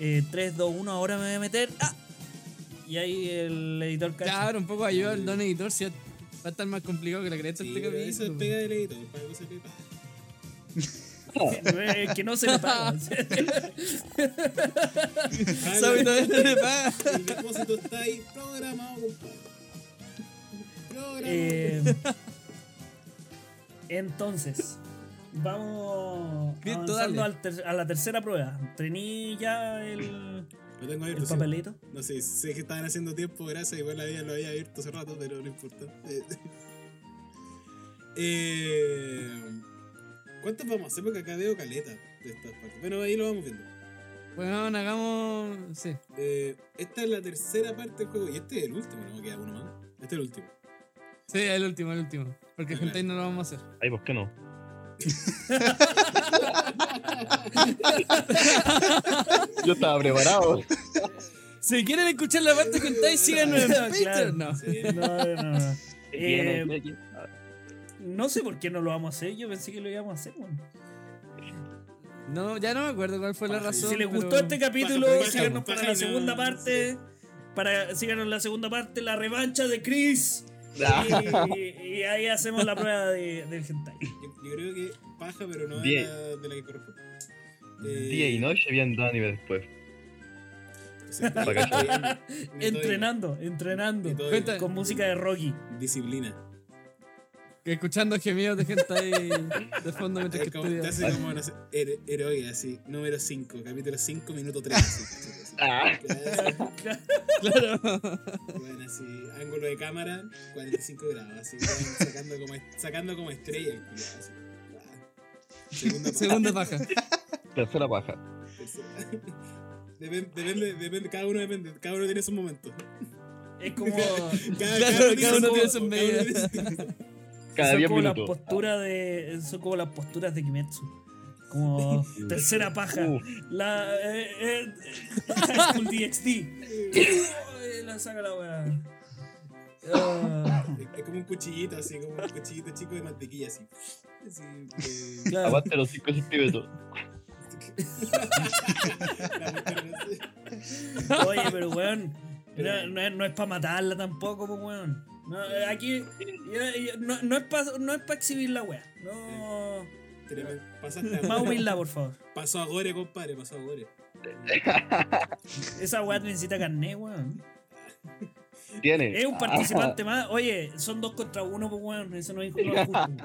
eh, 3, 2, 1, ahora me voy a meter. ¡Ah! Y ahí el editor cacha.
Claro, un poco ayuda al don editor, si va a estar más complicado que la cresta
Sí,
este
pero
capítulo,
eso es
weón.
pega del editor, para que se le pague.
(laughs)
Eh, (laughs) que no se le paga.
Ah,
¿Sabes?
la-
Todavía no le paga.
(laughs) El depósito está ahí programado, compadre. Programado.
Eh, entonces, vamos
Cristo,
avanzando
dale.
al ter- a la tercera prueba. Tení ya el,
lo tengo
el
abierto. sí.
papelito.
No sé, sé que estaban haciendo tiempo, gracias, igual la vida lo había abierto hace rato, pero no importa. (laughs) Eh, eh, ¿Cuántos vamos a hacer? Porque acá veo caleta de estas partes. Bueno, ahí lo vamos viendo.
Bueno, hagamos. Sí.
Eh, esta es la tercera parte del juego y este es el último, ¿no? Queda uno más. Este es el
(laughs)
último.
Sí, el último, el último. Porque el hentai no lo vamos a hacer.
Ay, ¿por qué no? (laughs) Yo estaba preparado.
Si quieren escuchar la parte de hentai, síganos en
Claro.
Patreon. No.
Sí,
No, no, no. Eh,
Bien, aquí.
No sé por qué no lo vamos a hacer. Yo pensé que lo íbamos a hacer. Bueno.
No, ya no me acuerdo cuál fue la razón.
Si les gustó
pero-
este capítulo,
Baja, baja,
síganos
baja
para
y
la
no-
segunda parte. Para, síganos en la segunda parte, la revancha de
(laughs)
Chris.
ah,
Y, y ahí hacemos la prueba de, del hentai.
Yo, yo creo que paja, pero no
Die-
de la, de la que corresponde. Eh,
Día y noche viendo anime después. (laughs)
entonces,
Para que-
estoy- me estoy-
Entrenando, entrenando.
me estoy-
Cuenta-
Con música de Rocky.
Disciplina.
Escuchando gemidos de gente ahí de fondo mientras que
Es como,
estudia.
te hace como, no sé, her- heroica, así, número 5, capítulo 5, minuto 3. Así, (laughs)
Ah.
Así.
Claro. (laughs)
Bueno, así, ángulo de cámara, 45 grados, así, (laughs) weón, sacando, como, est- sacando como estrella el culiao, así. Ah. Segunda parte, (laughs)
Segunda paja.
Tercera paja.
tercera. Depen- Depende, depende, cada uno depende, cada uno tiene
(laughs)
su momento.
Es como.
Cada,
Claro, cada uno tiene sus medidas.
(laughs) Cada
son
10
como las
minutos.
posturas de. Son como las posturas de Kimetsu.
(laughs)
Como tercera paja.
Uh.
La. Eh, (laughs) eh,
(laughs)
(laughs)
High School DxD. Ay, la saca la weá. Ah,
Es, es como un cuchillito, así como un cuchillito chico de mantequilla, así. Así, eh,
(laughs)
claro.
Aguante los 5 centímetros.
la cuestión así.
Oye,
(laughs)
pero weón, no, no es, para matarla tampoco, pues weón. No, eh, aquí yo- yo- no, no es para no es pa exhibir la wea. No.
Tremendo. Pasaste a
Más
gore.
humildad, por favor.
(laughs) Pasó a gore, compadre, pasó a gore.
Esa wea necesita carné, weón.
Tiene. Ah,
Es un
Ah.
participante más. Oye, son dos contra uno, pues weón. Eso no es no es
(laughs)
justo. weón.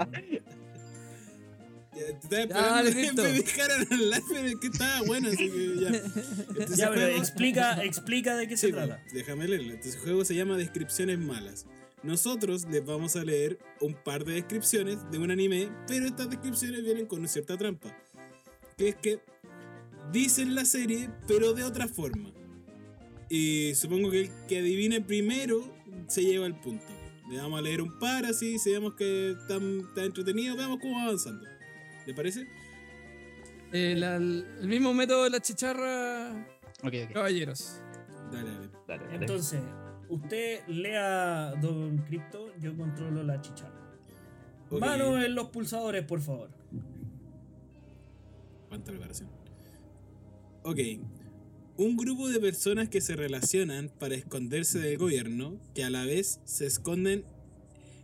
Ya, te estaba
Ya, listo.
esperando (laughs) me dejaron al lado, pero es que estaba bueno, así que
(laughs)
ya. Entonces,
Ya, pero
juego-
explica, explica de qué se
Sí, pues,
trata.
Déjame leerlo. Entonces, el juego se llama Descripciones Malas. Nosotros les vamos a leer un par de descripciones de un anime, pero estas descripciones vienen con cierta trampa. Que es que dicen la serie, pero de otra forma. Y supongo que el que adivine primero se lleva el punto. Le vamos a leer un par así, si vemos que está, está entretenido, veamos cómo va avanzando. ¿Le parece?
Eh, la- el mismo método de la chicharra,
Ok, ok.
caballeros.
Dale, dale.
Dale, dale.
Entonces, usted lea Don Crypto, yo controlo la chicharra.
Ok.
Mano en los pulsadores, por favor.
Cuánta preparación. Ok. Un grupo de personas que se relacionan para esconderse del gobierno, que a la vez se esconden,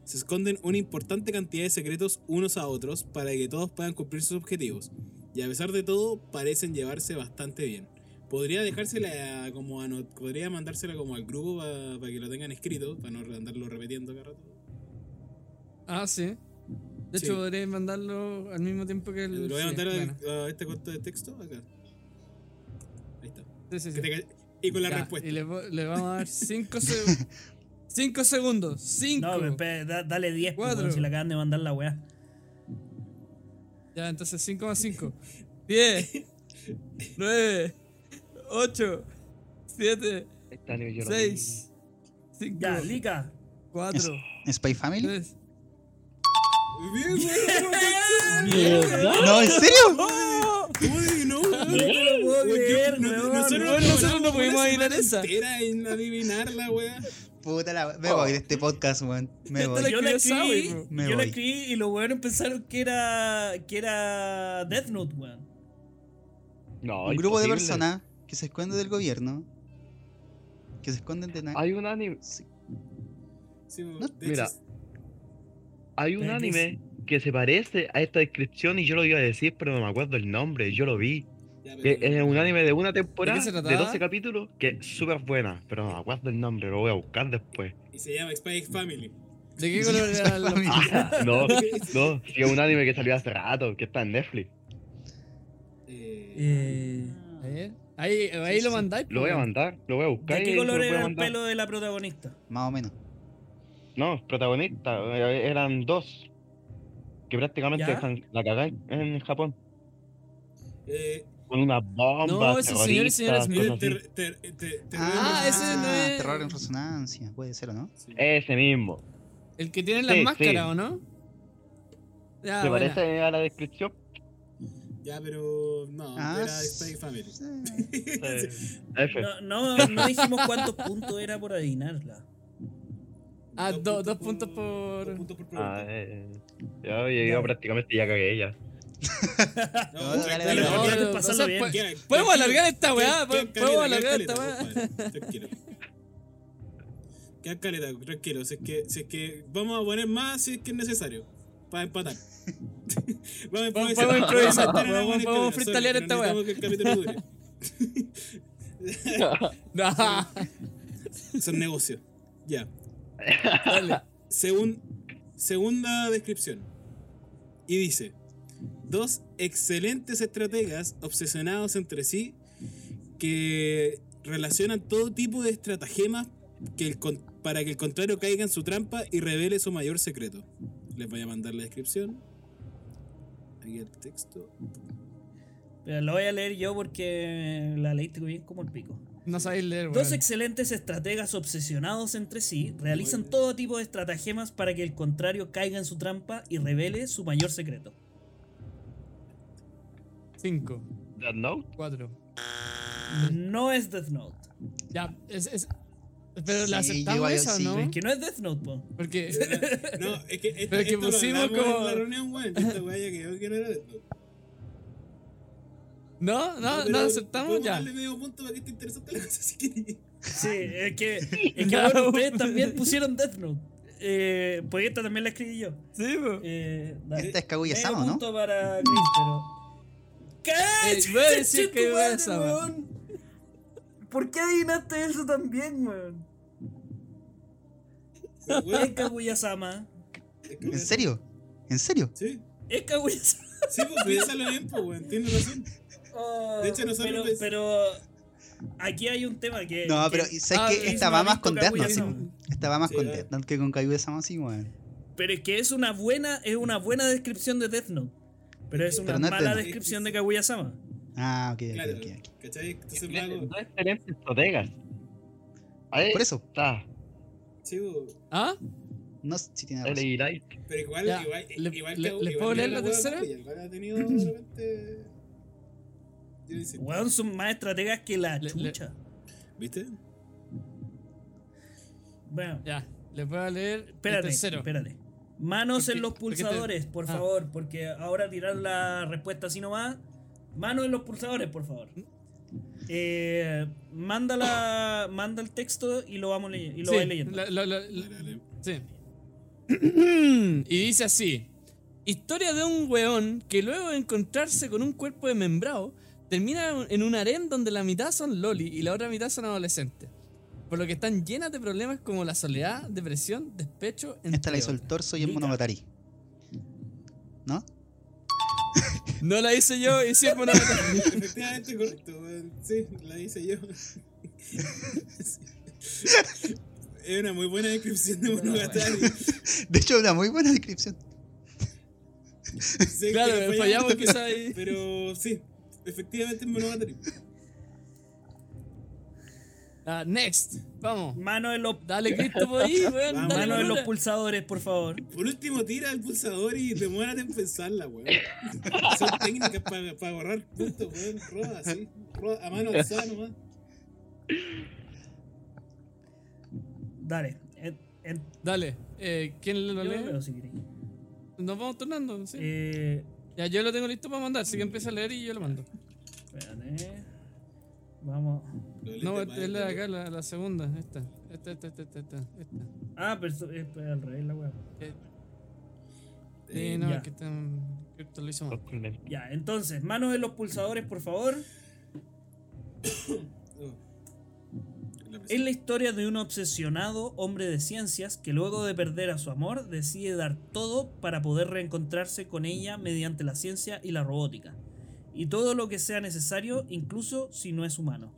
se esconden una importante cantidad de secretos unos a otros para que todos puedan cumplir sus objetivos. Y a pesar de todo, parecen llevarse bastante bien. Podría dejársela como ano- podría mandársela como al grupo para que lo tengan escrito, para no andarlo repitiendo cada rato.
Ah, sí. De
Sí.
hecho, podréis mandarlo al mismo tiempo que el.
Lo voy a
Mm, sí,
mandar
bueno.
a, a este corto de texto acá. Ahí está.
Sí, sí, sí.
Que te ca- Y con la
Ya,
respuesta.
Y le, vo- le vamos a dar 5 segundos. 5 segundos. 5.
No, pero espera, da- dale 10, pues,
Cuatro.
weón, si le acaban de mandar la weá.
Ya, entonces 5 más 5. 10, 9, 8, 7,
Esta ni Este yo lo vi.
6, 5,
Ya, Lika.
(laughs)
4,
¿Spy Family?
Eh.
3.
Bien, güey, no,
No,
(laughs)
¿en serio?
güey, no,
No
güey.
lo puedo
Güey,
creer,
yo- no-
weón.
nosotros-
weón, nosotros no
duramos
pudimos
una
adivinar
semana
esa.
entera en adivinarla, güey.
Puta la. Me voy de este podcast, weón. Me
Esta la-
voy.
Yo la
escribió Sawi,
escribí,
bro.
Me
yo la
voy.
escribí y los weones pensaron que era, que era Death Note, weón.
No,
Un grupo de
imposible.
personas que se esconden del gobierno. Que se esconden de nada.
Hay un anime.
Sí, güey,
No,
de
mira.
hecho,
Hay un
Pero que
anime que se parece a esta descripción y yo lo iba a decir, pero no me acuerdo el nombre, yo lo vi.
ya,
Que
pero-
eh,
es un anime de una temporada,
¿De qué se
de,
trataba?
12 capítulos, que es súper buena, pero no me acuerdo el nombre, lo voy a buscar después.
Y se llama Spy Family.
¿De qué color
(laughs)
era la
No, no, sí, es un anime que salió hace rato, que está en Netflix.
Eh,
Eh,
A ver, Ahí, ahí
Sí,
lo
sí.
mandáis. pues.
Lo voy a
po.
mandar, lo voy a buscar.
¿De
y
qué
se lo
color
voy a
era el
mandar.
pelo de la protagonista?
Más o menos.
No, protagonista, eh, eran dos. Que prácticamente
¿Ya?
dejan la cagada en Japón.
eh,
Con una bomba.
No, ese señor y señora
terroristas,
Smith.
mira,
cosas
te-
así.
te- te- te-
Ah, ese no es-
Terror en resonancia, puede ser, ¿o no?
Sí.
Ese mismo.
El que tiene las
Sí,
máscaras,
sí.
¿o no? Ya,
¿Te
Ah, buena.
parece a la descripción?
Ya, pero no,
Ah,
era Spy Family.
Sí.
F.
No, no, no dijimos cuántos puntos era por adivinarla.
Ah, do- dos
por-
puntos por-
Dos puntos por
Ah,
producto.
eh, ya, oye, yo
Dale.
prácticamente ya cagué ya.
No,
Ah, dale,
tranquilo,
dale,
tranquilo,
No,
Olvídate de
no,
pasarlo
o sea,
bien.
pues-
tranquilo.
Podemos alargar esta weá,
Queda-
po-
queda
podemos
caleta,
alargar
queda
esta
caleta,
weá.
compadre, Tranquilo. Queda caleta, tranquilo. Si es, que, si es que vamos a poner más si es que es necesario. Para empatar. (laughs) vamos a
Vamos-
improvisar.
vamos a improvisar,
Vamos a tener
vamos-
alguna
vamos a freestylear
escalera, sorry,
esta
pero
weá.
necesitamos que el capítulo
Ah,
dure. Son negocios. Ya.
dale.
Según, segunda descripción. Y dice: Dos excelentes estrategas obsesionados entre sí que relacionan todo tipo de estratagemas que el con- para que el contrario caiga en su trampa y revele su mayor secreto. Les voy a mandar la descripción. Aquí el texto.
Pero lo voy a leer yo porque la leíste bien como el pico.
No sabéis leer, weón.
Dos excelentes estrategas obsesionados entre sí realizan todo tipo de estratagemas para que el contrario caiga en su trampa y revele su mayor secreto.
5,
Death Note.
4.
No es Death Note.
Ya, es, es, Pero la
Sí,
aceptamos
igual,
esa,
sí.
¿no?
Pero es que no es Death Note, po.
Porque (laughs)
No, es que, esto,
Pero que
esto lo
pusimos
hablamos
como-
en la reunión, weón. Esta weá ya quedó que no era esto.
no, no, no
pero
aceptamos
podemos
ya.
darle medio punto para que esté interesante la cosa, si queréis.
Sí, es que, es que
No.
bueno, ustedes también pusieron Death Note. Eh, pues esta también la escribí yo.
Sí, po.
Eh, dale.
Esta es
Medio
Kaguya-sama, ¿no?
punto para Chris, pero...
Eh,
¿Qué?
voy a decir que
Chetumare,
voy a esa,
weón. ¿Por qué adivinaste eso también, weón?
Pero,
Es
(laughs) weón,
Kaguya-sama.
es que-
¿En serio? ¿En serio?
Sí,
Es Kaguya-sama.
sí, pues piénsalo bien, pues, weón. Tienes razón.
Oh,
De hecho, nosotros
pero,
pens-
pero aquí hay un tema que.
No,
que-
pero ¿sabes
ah,
que
que
Esta
no
va
ha
más
visto
con Death Note.
Kaguya-sama.
sí. Esta va más
Sí,
con
eh.
Death Note que con Kaguya-sama, sí, weón.
Pero es que es una buena, es una buena descripción de Death Note. Pero es una
Pero no es
mala
Death Note.
descripción de Kaguya-sama.
Ah, ok,
Claro,
ok, ok. ok.
¿cachai? Entonces,
Excelente,
mago,
Dos excelentes estrategas. Ahí
Por eso,
está.
sí, pues.
¿Ah?
no sé si tiene razón.
L.A. Light.
Pero igual,
Ya,
igual,
¿le-
igual
le-
igual
les puedo
que
leer la
hueá
tercera?
Kaguya, Igual
(laughs)
ha tenido de repente. Yo
Este,
insisto.
Weón son más estrategas que la
Le- le-
chucha.
(laughs)
¿Viste?
Bueno,
Ya. Les voy a leer el
espérate,
tercero.
espérate. Manos
Porque-
en los
porque te-
pulsadores, por
ah.
favor, porque ahora tirar la respuesta así nomás. Manos en los pulsadores, por favor.
¿Mm?
Eh, mándala, manda el texto y lo vamos leyendo. Y lo
Sí,
vais leyendo.
la- la- la- la-
Dale, dale.
Sí. (clears throat) y dice así: Historia de un weón que luego de encontrarse con un cuerpo desmembrado termina en un harén donde la mitad son loli y la otra mitad son adolescentes. Por lo que están llenas de problemas como la soledad, depresión, despecho.
Esta
entre
la hizo el
otras.
torso y el
Mira.
monogatari. ¿No?
No la hice yo y siempre
(laughs)
no
Efectivamente, correcto, weón. Sí, la hice
(laughs)
yo. Sí. Es una muy buena descripción de Monogatari.
De hecho, una muy buena descripción.
Sé que
Claro,
fallamos,
fallamos
pero-
quizá ahí.
Pero sí, efectivamente es Monogatari.
Ah, next, vamos.
Manos en los
Dale, Cristo, por ahí, weón.
Vamos.
dale,
Manos en los
Manolo.
pulsadores, por favor.
Por último, tira el pulsador y demórate en pensarla, weón. (laughs) Son técnicas para borrar puntos, weón. Roda así. Roda a mano alzada nomás.
Dale. En- en-
Dale, eh, ¿quién
yo lo
lo lee?
leo si queréis.
Nos vamos turnando, sí.
Eh,
Ya, yo lo tengo listo para mandar, así que empieza a leer y yo lo mando.
espérate. Vamos.
No, esta es la de acá, la, la segunda, esta. Esta, esta, esta, esta, esta. esta.
Ah, pero esto- eh, pues, al revés la weá.
Eh,
Eh,
sí, no,
ya.
es que está, Cristo lo hizo mal.
Ya, entonces, manos en los pulsadores, por favor. Es la historia de un obsesionado hombre de ciencias que luego de perder a su amor decide dar todo para poder reencontrarse con ella mediante la ciencia y la robótica. Y todo lo que sea necesario, incluso si no es humano.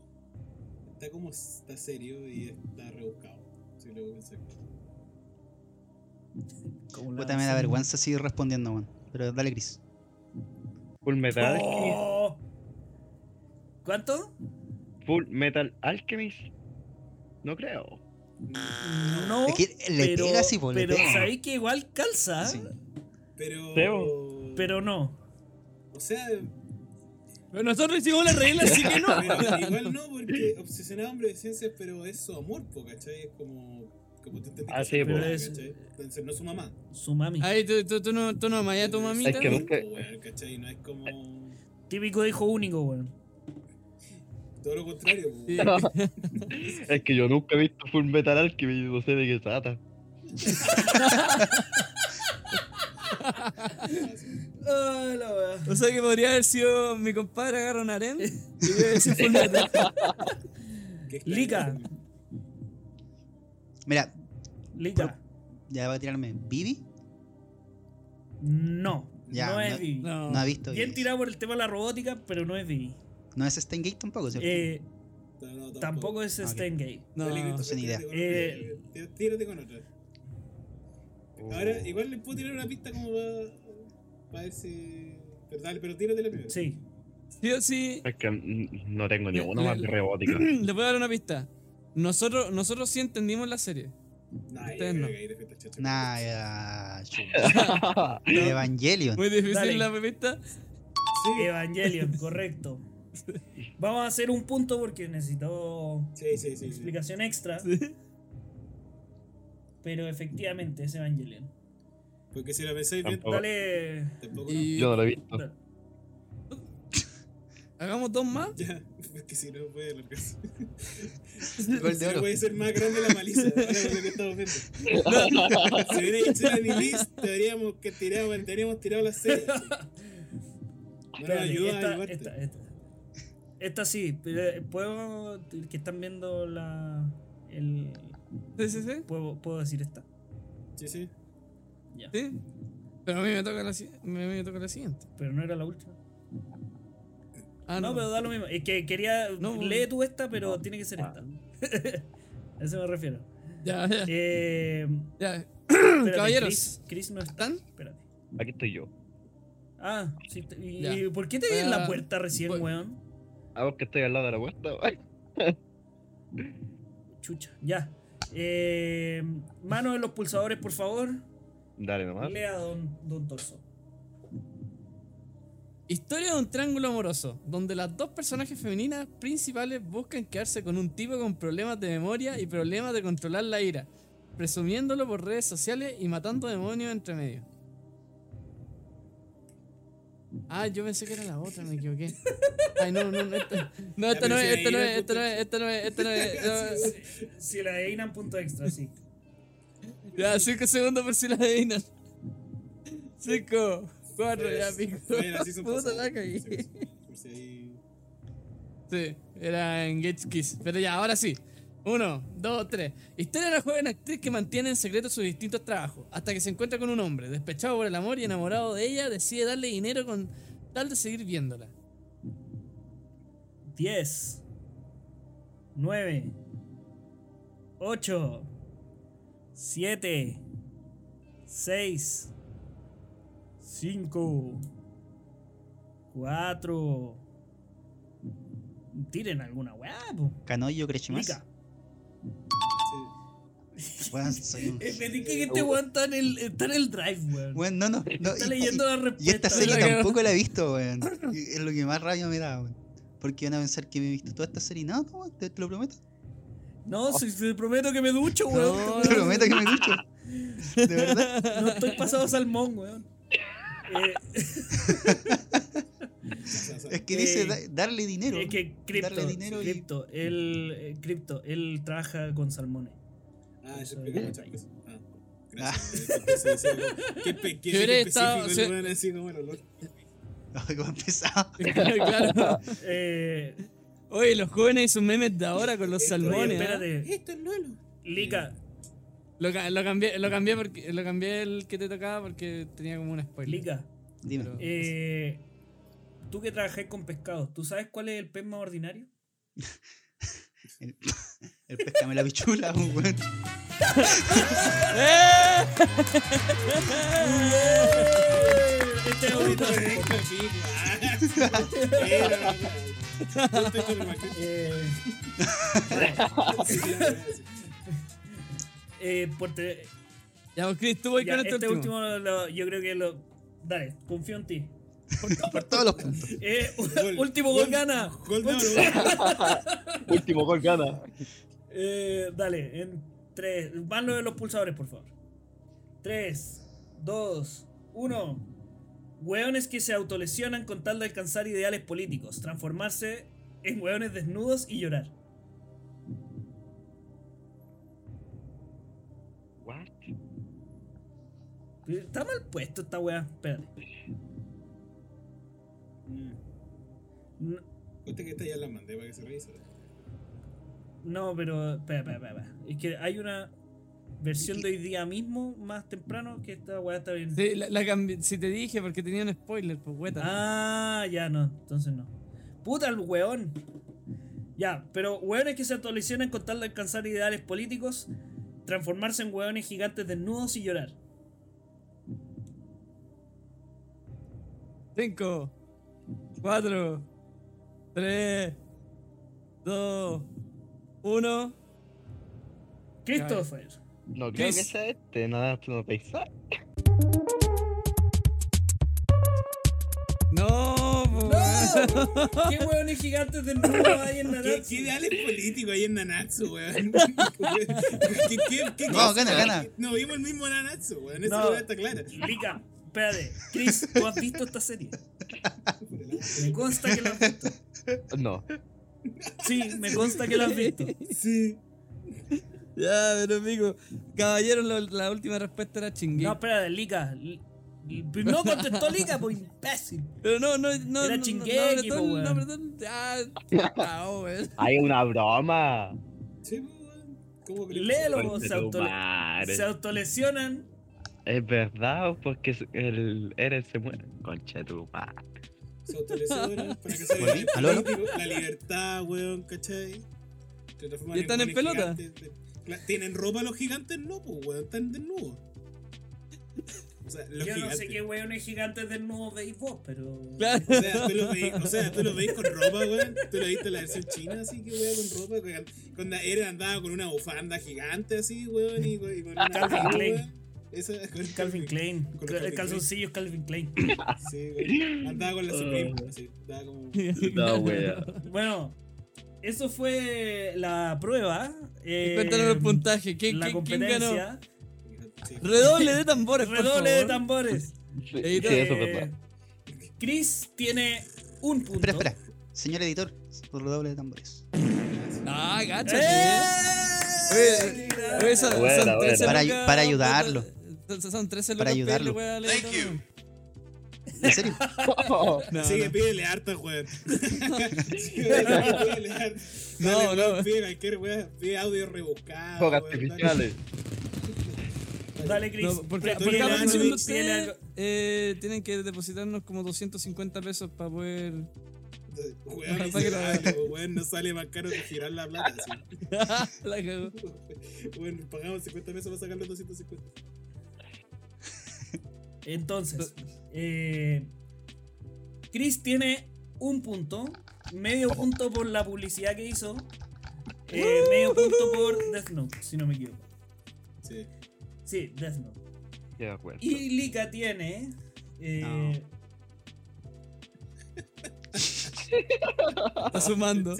Está como está serio y está rebuscado. Si lo pensé.
Como
Puta, me da
segunda-
vergüenza seguir respondiendo, weón. Pero dale, Chris.
Full Metal Alchemist.
Oh. ¿Cuánto?
Full Metal Alchemist. No creo.
No.
Es que le
pero,
pega así, po, le
pero
pega.
sabéis que igual calza,
Sí.
Pero.
Teo.
pero no.
O sea,
Pero nosotros hicimos la regla, así que (laughs) no.
pero igual no, porque obsesionado hombre de ciencias, pero es su amor, po, ¿cachai? Es como. Como tú entendiste.
Ah,
que
sí,
su mamá,
po. Pero es-
¿cachai? Entonces, no es su mamá.
Su mami.
Ahí tú, tú, tú no, tú no amas a tu mamita.
Es que
no,
nunca-
weón, ¿cachai? No es como.
Típico hijo único, weón.
Todo lo contrario, po.
Sí.
Es que yo nunca he visto Full Metal Alchemist. No sé de qué trata.
Ah, la weá.
O sea que podría haber sido mi compadre agarra un (laughs) harén y yo decía
(laughs)
full metal.
que es
Lica,
clarísimo.
Mira,
Lica.
ya va a tirarme. ¿Vivi?
No.
Ya,
no es
no-
Vivi.
No.
No ha visto.
Ah, Bien
Vivi.
tirado por el tema de la robótica, pero no es Vivi.
No es Stain Gate tampoco, ¿cierto?
Eh,
No, no,
tampoco es
Ok.
Stan Gay.
No,
Dale, Cristo,
no sé ni idea.
tírate con otra. Tírate con otra.
Oh.
Ahora, igual les puedo tirar una pista como para. Para ver si. Pero dale, pero tírate la primera.
Sí.
sí o sí, (clears throat)
Es que mm, no tengo ni
Le-
uno
le-
más de
le- (laughs)
robótica.
le voy a dar una pista. Nosotros, nosotros sí entendimos la serie.
Nah, yo
Ustedes
creo
no.
que ahí les falta chacho.
Nah, ya, chuta.
(laughs)
Evangelion.
Muy difícil
Dale.
la pista.
Sí,
Evangelion, correcto. Vamos a hacer un punto porque necesito
sí, sí, sí, sí.
explicación extra. Pero efectivamente es Evangelion.
Porque si lo pensáis bien,
Tampoco.
Dale.
tampoco no.
Y
Yo no lo he visto.
dale.
hagamos dos más.
Ya, porque si no puede alargarse.
Gol de
Si no
oro.
puede ser más grande la maliza. ahora con lo que estamos viendo. Si hubiera hecho el anime, tendríamos que tirar, tendríamos tirado la serie. No nos
Espérate,
ayuda a
esta,
ayudarte.
esta, esta. Esta sí, pero eh, puedo. Que están viendo la. El,
Sí, sí, sí.
puedo, puedo decir esta.
Sí, sí.
sí. Pero a mí me toca la, si- me, me toca la siguiente.
Pero no era la última.
Ah,
no,
no.
pero da lo mismo. Es que quería.
No. Ah.
lee tú esta, pero tiene que ser esta. (laughs) A eso me
(laughs)
refiero.
Ya, ya, (clears throat)
Eh,
ya.
espérate,
Caballeros.
Chris, Chris no está.
¿Están?
Espérate.
Aquí estoy yo.
Ah, sí. te- ¿Y
Ya.
y por qué te vi en la
Ah,
puerta recién,
voy.
weón?
Ah, porque estoy al lado de la puerta. Ay,
Chucha, ya. Eh, mano en los pulsadores, por favor.
Dale nomás.
Lea Don, don Torso.
Historia de un triángulo amoroso, donde las dos personajes femeninas principales buscan quedarse con un tipo con problemas de memoria y problemas de controlar la ira, presumiéndolo por redes sociales y matando demonios entre medio. Ah, yo pensé que era la otra, me equivoqué. Ay, no, no, no, esta no, esta no es, esta no es, esta no es, esta no es, esta no es. no es.
Si la adivinan, punto extra, sí.
Ya, 5 segundos por si la adivinan. 5, 4, ya, pico.
Bueno,
(laughs)
así son
Puta,
pasadas.
la cagué.
Por si ahí-
Sí, era Engage Kiss. Pero ya, ahora sí. Uno, dos, tres. Historia de una joven actriz que mantiene en secreto sus distintos trabajos, hasta que se encuentra con un hombre, despechado por el amor y enamorado de ella, decide darle dinero con tal de seguir viéndola. (laughs)
10, 9, 8, 7, 6, 5, 4. Tiren alguna weá, po.
Canoyo Crechimas.
Mica.
sí.
Weón,
(laughs)
soy un-
Eh, Me dije que este weón está en el, está en el drive, weón.
Weón, no, no. no,
está
y-
leyendo la respuesta.
Y esta
de la
serie
que-
tampoco la he visto, weón.
(laughs)
Y Es lo que más rabia me da, weón. Porque van a pensar que me he visto toda esta serie. No, no, weón, te, te lo prometo.
No, si te prometo que me ducho, weón.
(laughs) Te prometo que me escucho. De
(laughs)
verdad.
No estoy pasado salmón, weón.
(laughs)
Eh,
O sea,
Es que dice
Eh,
da- darle dinero.
Es que cripto,
(laughs) Darle dinero y-
cripto, él, eh, cripto, él trabaja con salmones.
Ah, yo explico muchas cosas. Ah, gracias. Porque se decía como, Qué pe- qué
Yo hubiera estado-
específico
se-
el weón así como el olor.
Ay, weón, pesado.
claro.
Eh,
Oye, los jóvenes y sus memes de ahora con los
Esto,
oye,
salmones. ¿ah?
espérate,
Esto es Lolo.
Lika,
Lo, ca- lo cambié, lo cambié porque lo cambié el que te tocaba porque tenía como un spoiler.
Lika,
Dime.
Pero-
eh, tú que trabajas con pescados, ¿tú sabes cuál es el pez más ordinario?
El, el pescame la pichula, (laughs) weón.
¡Eh!
Este es
Esto
auditor.
es Pico. Ah, era, weón. Yo estoy con el Macri.
Eh, (laughs)
Sí, sí, sí.
eh, por te-
Ya, vos, Chris, tú voy
ya,
con este,
este último, lo- yo creo que lo... Dale, confío en ti.
Por todos los puntos.
Eh,
Gol.
último gol, gana.
Gol de oro.
Último gol gana.
Eh, dale, en 3. Van lo de los pulsadores, por favor. 3, 2, 1. Hueones que se autolesionan con tal de alcanzar ideales políticos, transformarse en hueones desnudos y llorar.
What?
Está mal puesto esta hueá, espérate. No,
Cuenta que esta ya la mandé para que se revise.
no, pero. Espera, espera, espera, espera. Es que hay una versión de hoy día mismo, más temprano, que esta hueá está bien.
Sí, la, la cambié- si te dije porque tenía un spoiler, pues güeta.
Ah, ya no, entonces no. Puta el weón. Ya, pero weones que se autolesionan con tal de alcanzar ideales políticos, transformarse en weones gigantes desnudos y llorar.
5, 4, 3, 2, 1.
Christopher.
No creo que
Chris.
sea este, nada, tú no pensás.
No, po, weón.
¿Qué hueones gigantes del mundo hay en
(laughs) ¿Qué,
Nanatsu?
qué ideales políticos hay en
(laughs)
Nanatsu, weón? (laughs) ¿Qué- qué- qué-
No, gana, gana.
No vimos el mismo Nanatsu, weón. Esa
No.
weá está clara.
Rica, espérate. Chris, ¿tú has visto esta serie? Me consta que la has visto.
No.
Sí, me consta que la has visto.
Sí.
Ya, pero amigo. Caballero, lo- la última respuesta era chingue.
No, espérate, Lica. Li- No contestó Lica, pues imbécil.
pero no, no, no.
Era
no,
Shingeki,
no,
po,
no,
weón.
no, perdón. Ah, chao, weón.
Hay una broma.
Sí, pues, weón. ¿Cómo crees?
Léelo, po, se,
Conche tu
autole-
madre.
se autolesionan.
Es verdad, porque es- el Eren se muere. Conche tu madre.
Se autolesiona para
(laughs)
que se
Volví.
vea
¿Aló, aló?
La libertad, weón, ¿cachai? Se transforman
¿Y están en
weones
pelota?
gigantes. Cla- ¿Tienen ropa los gigantes? No, pues, weón, están desnudos. O sea, los
Yo no
gigantes.
sé qué hueones gigantes del nuevo veis vos, pero.
Claro.
O sea, tú los veis, o sea, tú los veis con ropa, weón. Tú lo viste en la versión china, así que weón, con ropa. weón. Cuando Eren andaba con una bufanda gigante, así, weón, y con, y con una.
Calvin
weón.
Klein.
Esa, con
Calvin Klein.
Con los Calvin
Calzoncillos Calvin Klein. (coughs)
Sí, weón. Andaba con la Supreme, así. Andaba como.
No, wea.
Bueno, eso fue la prueba. eh,
Cuéntanos los puntajes. ¿Quién,
La
quién, quién ganó?
competencia.
Sí.
Redoble de tambores, por
Redoble de
favor.
tambores.
Sí,
Ey,
sí, eso
Eh,
es verdad.
Chris tiene un punto.
Espera, espera. Señor editor, redoble de tambores.
Ah, gacha.
¡Eh!
Oye, son- son 13
Buena, buena.
Para-
lucas,
para ayudarlo.
son- Son 13
Para
lucas
ayudarlo.
pedirle, weón, a Leandro.
¿En serio?
No,
Así que
no.
pídele harta, weón. (laughs) Sí, pídele harta.
No,
Dale,
no.
weón, Pide cualquier weón. Pide audio rebuscado.
Fuegos
weón, (laughs)
artificiales.
Dale, Chris.
No, porque,
Pre-
por
Pídele
cada
algo,
mención de
pídele
ustedes,
algo.
eh, tienen que depositarnos como 250 pesos para (laughs) poder.
dale. Weón,
Para que lo haga.
miserable, weón, no sale más caro que girar la plata. sí.
La cagó.
Bueno, pagamos 50 pesos para sacar los 250.
Entonces, eh, Chris tiene un punto, medio punto por la publicidad que hizo, eh, medio punto por Death Note, si no me equivoco.
Sí.
Sí, Death Note.
Qué de acuerdo.
Y Lika tiene. eh,
Está sumando.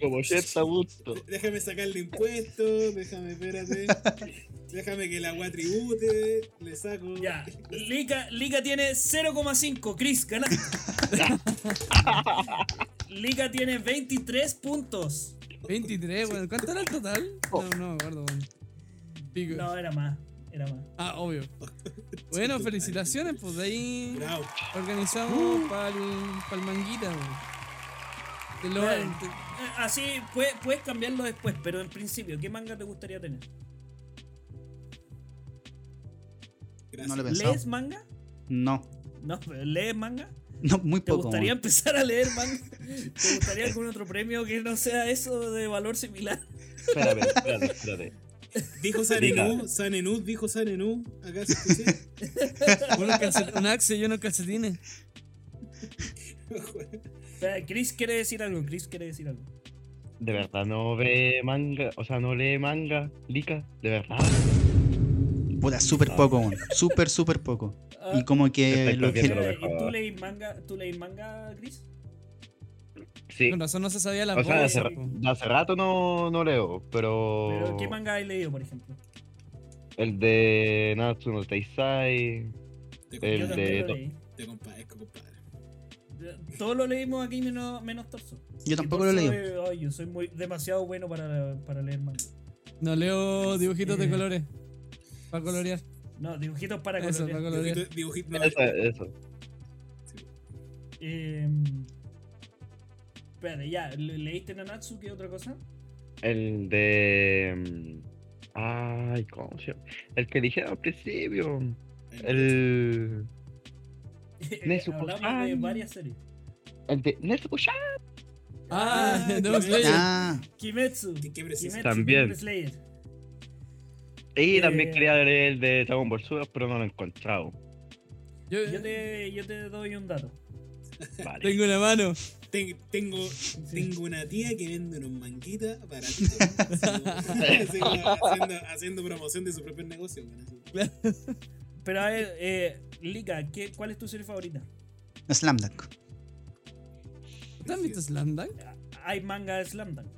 Como Jetta Busto.
Déjame sacarle impuestos, déjame, espérate. Déjame que la agua tribute, le saco.
Ya, Lika, Lika tiene 0,5. Chris, ganaste. Lika tiene 23 puntos.
23, weón. ¿Cuánto era el total? No, no me acuerdo, weón. Pico.
No, era más. Era más.
Ah, (laughs) obvio. Bueno, felicitaciones, pues de ahí
Bravo.
organizamos para el manguita, weón. Te lo-
Bueno.
te-
Eh, Así puedes, puedes cambiarlo después, pero en principio, ¿qué manga te gustaría tener?
No lo he
Gracias.
pensado.
¿Lees manga?
No.
No, pero ¿lees manga?
No, muy
¿Te
poco.
gustaría
weón.
empezar a leer manga? ¿Te gustaría algún otro premio que no sea eso de valor similar?
Espérate, espérate, espérate.
Dijo Sanenú, Sanenú, dijo Sanenú. Acá se escuché.
unos calcet- un axe y unos calcetines.
Espera, Chris quiere decir algo, Chris quiere decir algo.
De verdad no ve manga, o sea, no lee manga, Lika, de verdad.
Puta, súper poco, weón. Súper, súper poco.
Ah.
Y como que
Perfecto,
lo
que
que-
no lo
Espera,
dejaba.
¿y ¿Tú leís manga, tú leís manga, Chris?
Sí.
Con razón no se sabía la
O sea, de
voz.
hace, ra- de hace rato no, no leo, pero.
¿Pero
Oh.
¿Qué manga has leído, por ejemplo?
El de Natsu no Taisai.
Te
El
Yo
de-
compadezco,
también lo leí.
Te compadezco, compadre.
Todos lo leímos aquí menos, menos torso.
Yo tampoco lo
leí.
leí.
yo pues, soy muy, demasiado bueno para, para leer manga.
No leo dibujitos de
Eh.
colores. Para colorear.
No, dibujitos para
Eso, para
colorear.
colorear.
Dibujito- dibujito- no,
Eso, eso.
Eh, espérate, ya, ¿le- ¿leíste Nanatsu? ¿Qué otra cosa?
El de. mm, Ay, ¿cómo se llama? El que dijeron al principio.
(laughs)
El. Nezuko-san.
Hablamos de varias series.
El de Nezuko-shan.
Ah,
Ah,
Demon
qué
Slayer.
Ah,
Kimetsu.
Qué- qué preciso.
Kimetsu,
También.
Demon Slayer.
Y también
Eh.
quería leer el de Dragon Ball Super, pero no lo
(laughs)
he encontrado.
Yo
Yo te, yo te doy un dato.
Vale.
tengo una mano.
Ten- tengo, tengo una tía que vende unos manguitas
(laughs)
para ti, así, así como haciendo, haciendo promoción de su propio negocio. weón, así.
Pero a ver, eh, Lika, ¿qué, ¿cuál es tu serie favorita?
Slam Dunk.
¿Ustedes han visto Slam Dunk?
Hay manga de Slam Dunk.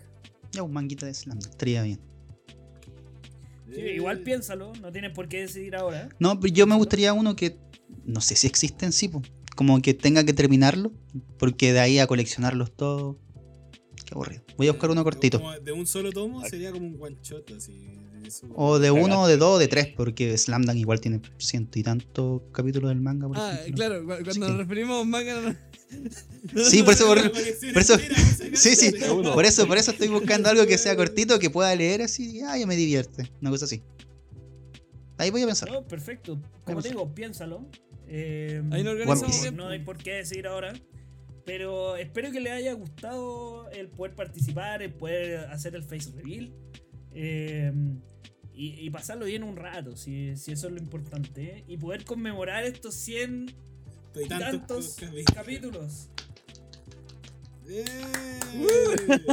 Ya un manguito de Slam Dunk, estaría bien.
Sí,
Eh.
igual piénsalo, no tienes por qué decidir ahora.
No, pero yo me gustaría uno que. No sé si existe en sí, po. como que tenga que terminarlo, porque de ahí a coleccionarlos todos. Qué aburrido. Voy a buscar uno cortito.
Como de un solo tomo sería como un one shot así. eso.
O de uno, o de dos, o de tres, porque Slam Dunk igual tiene ciento y tantos capítulos del manga, por
Ah,
ejemplo.
claro, cu- cuando
Sí.
nos referimos a un manga. no-
Sí, por eso. (laughs)
Una
Por,
colección
por eso
entera, por si
sí, sí.
acaso, de uno.
Por eso, por eso estoy buscando algo que sea cortito, que pueda leer así. Ah, ya me divierte. Una cosa así. Ahí voy a pensar.
No, perfecto. Como
Vamos.
te digo, piénsalo. Eh,
Ahí no
One
organizamos
Piece.
tiempo.
no hay por qué decidir ahora. Pero espero que les haya gustado el poder participar, el poder hacer el face reveal. eh, y, y pasarlo bien un rato, si, si eso es lo importante. ¿eh? Y poder conmemorar estos 100
Estoy
y
tanto-
tantos
(laughs)
capítulos.
¡Eh!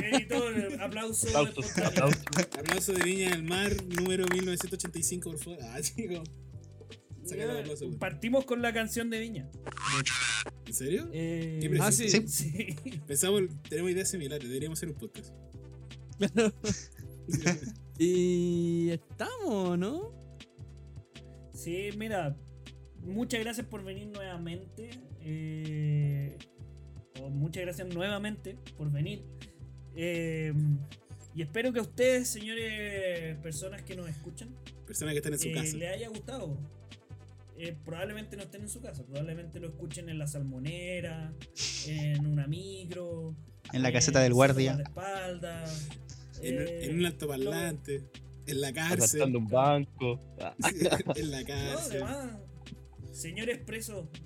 Editor, aplauso.
Aplausos,
espontáneo.
aplausos.
Aplauso de Viña del Mar, número 1985, por favor. Ah, chico. Saca el aplauso, güey.
Partimos con la canción de Viña.
¿En serio?
Eh,
Qué impresión.
Ah, sí.
Sí.
(laughs) sí.
Pensamos, tenemos ideas similares, deberíamos hacer un podcast.
Y estamos, ¿no?
Sí, mira, muchas gracias por venir nuevamente. eh, o muchas gracias nuevamente por venir. Eh, y espero que a ustedes, señores, personas que nos escuchan,
Personas que están en su
eh,
casa.
les haya gustado. Eh, probablemente no estén en su casa, probablemente lo escuchen en la salmonera, en una micro,
En la
eh,
caseta del
así
guardia.
de espalda,
En,
eh,
en un altoparlante, en la cárcel.
Asaltando
(laughs)
un banco. Ah,
en la
no, de
cárcel.
más. Señores presos, ahí,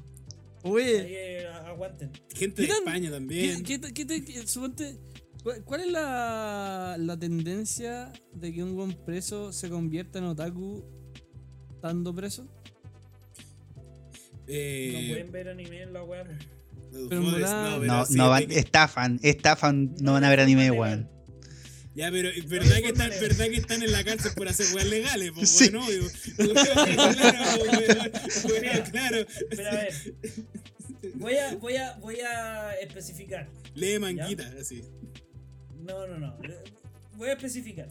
Oye,
eh, aguanten.
Gente de
¿Qué tan-
España
¿qué,
también.
qué, te- qué te- qué- suponte, ¿cuál, cuál es la, la tendencia de que un buen preso se convierta en otaku estando preso?
No
Eh,
pueden ver anime en la web.
los
pero en
bodes,
volada-
no, pero
No,
así
no
de
van,
que-
estafan, estafan, no
No,
van a ver
no,
anime,
no, no,
weón.
Ya, pero es verdad que, están,
forma legal.
verdad que están en la cárcel por hacer weas legales, pues
Sí.
bueno, obvio. (laughs) Claro, weón, weón, claro.
Pero a ver, voy a, voy a, voy a especificar.
Lee manguita, así.
No, no, no. Voy a especificar.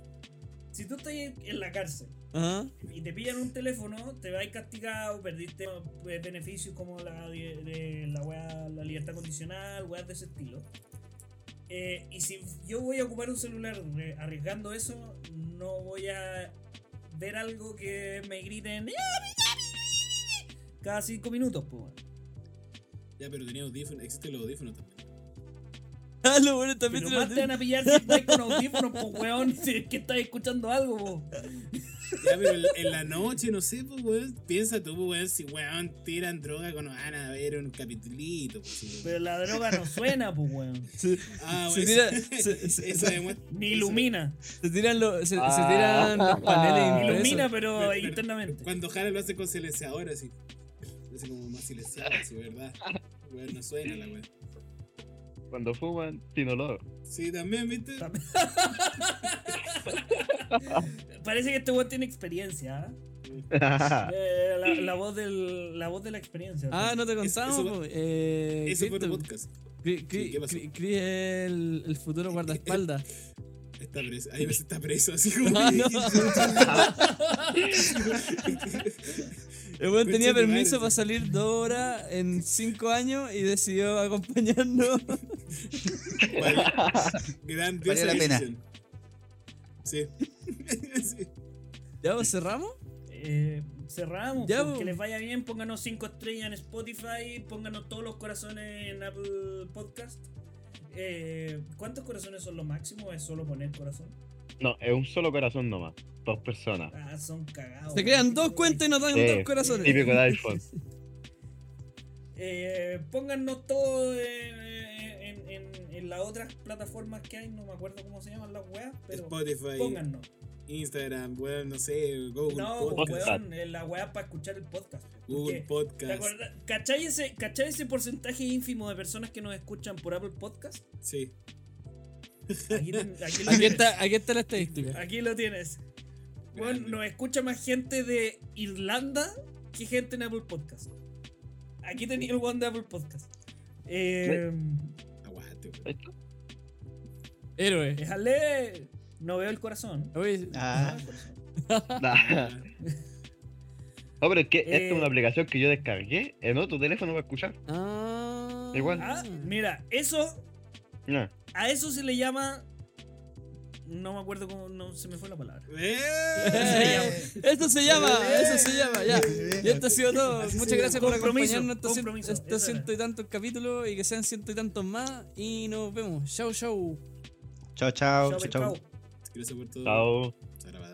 Si tú estás en en la cárcel
Ajá.
y te pillan un teléfono, te vas castigado, perdiste eh, beneficios como la, de, de la, wea- la libertad condicional, weas de ese estilo. Eh, y si yo voy a ocupar un celular re- arriesgando eso, no voy a ver algo que me griten "¡Ah, mi- mi- mi- mi!" cada cinco minutos, pues. weón.
Ya, pero tenía audífonos, existen los audífonos también.
(laughs) Ah, lo bueno también
Pero
te lo
más te van a pillar si estás con audífonos, pues weón, si es que estás escuchando algo, po.
Ya, pero en, en la noche, no sé, pues weón, piensa tú, pues weón, si weón tiran droga cuando van a ver un capitulito, pues sí.
Pero la droga no suena, pues weón.
Ah,
Se
bueno,
tira-
eso-
se- se-
eso demuestra-
Ni
eso-
ilumina.
Se tiran, los- se, se
Ah.
tiran los paneles impresos.
Ilumina, pero
Pero- pero-
internamente.
Cuando Jara lo hace con silenciador, así. Lo hace como más silenciador, así, ¿verdad? Weón, no suena la weón.
Cuando fuman, sin olor.
Sí, también, ¿viste?
Tam- Parece que este weón tiene experiencia. ¿ah? (laughs) Eh, la, la voz del, la voz de la experiencia.
Ah, no te contamos.
Eso- eso-
po. eh,
Ese fue el
Cristo.
podcast.
Cri-
Sí, ¿qué
Cri-
pasó?
Cri- Cri es el, el futuro guardaespaldas.
(laughs) Está preso. Ahí me está preso, así
(laughs)
como.
Ah, no. El weón tenía
Conchetumare,
permiso
sí.
para salir dos horas en cinco años y decidió acompañarnos. (laughs)
Vale. Grandiosa
Valió la pena.
decisión. Sí. (laughs) Sí.
¿Ya pues, cerramos?
Eh, cerramos.
Ya,
pues,
po.
que les vaya bien. Pónganos 5 estrellas en Spotify. Pónganos todos los corazones en Apple Podcast. Eh, ¿Cuántos corazones son lo máximo? ¿Es solo poner corazón?
No, es un solo corazón nomás. Dos
(laughs)
personas.
Ah, son cagados.
Se crean dos cuentas y nos dan
Sí,
dos corazones.
Típico de iPhone.
Eh, pónganos todo en, en, en- en las otras plataformas que hay. No me acuerdo cómo se llaman las weas, pero
Spotify,
pónganos.
Instagram, weón, no sé, Google
No, pues,
Podcast.
weón, eh, la wea para escuchar el podcast.
Google
Porque, ¿Te
Podcast.
acuerdas? ¿Cachai ese, cachai ese porcentaje ínfimo de personas que nos escuchan por Apple Podcast?
Sí.
Aquí, ten- aquí lo
Aquí
tienes.
está, aquí está
(laughs)
la estadística.
Aquí lo tienes. Bueno,
Grande.
nos escucha más gente de Irlanda que gente en Apple Podcast. Aquí tenía el one de Apple Podcast. Eh,
Aguanta. Excelente. weón.
Ahí está.
(laughs)
Héroe.
Déjale. No veo el corazón.
Oye,
Ah,
Nah. No, pero es que esta
Eh.
es una aplicación que yo descargué en otro teléfono para escuchar.
ah.
Igual.
Ah, mira, eso.
Nah.
A eso se le llama. No me acuerdo cómo. No, se me fue la palabra.
(laughs) ¡Eh!
Esto se llama, eso se llama, ya. Y esto ha sido todo.
Así se
Muchas gracias por
Compromiso,
acompañarnos estos cien-
compromiso, eso
estos
era.
ciento y tantos capítulos y que sean ciento y tantos más. Y nos vemos. Chau, chau.
Chao,
chao, chao, chao, chao.
pescado.
Gracias por todo.
Chao.
Chao, grabada.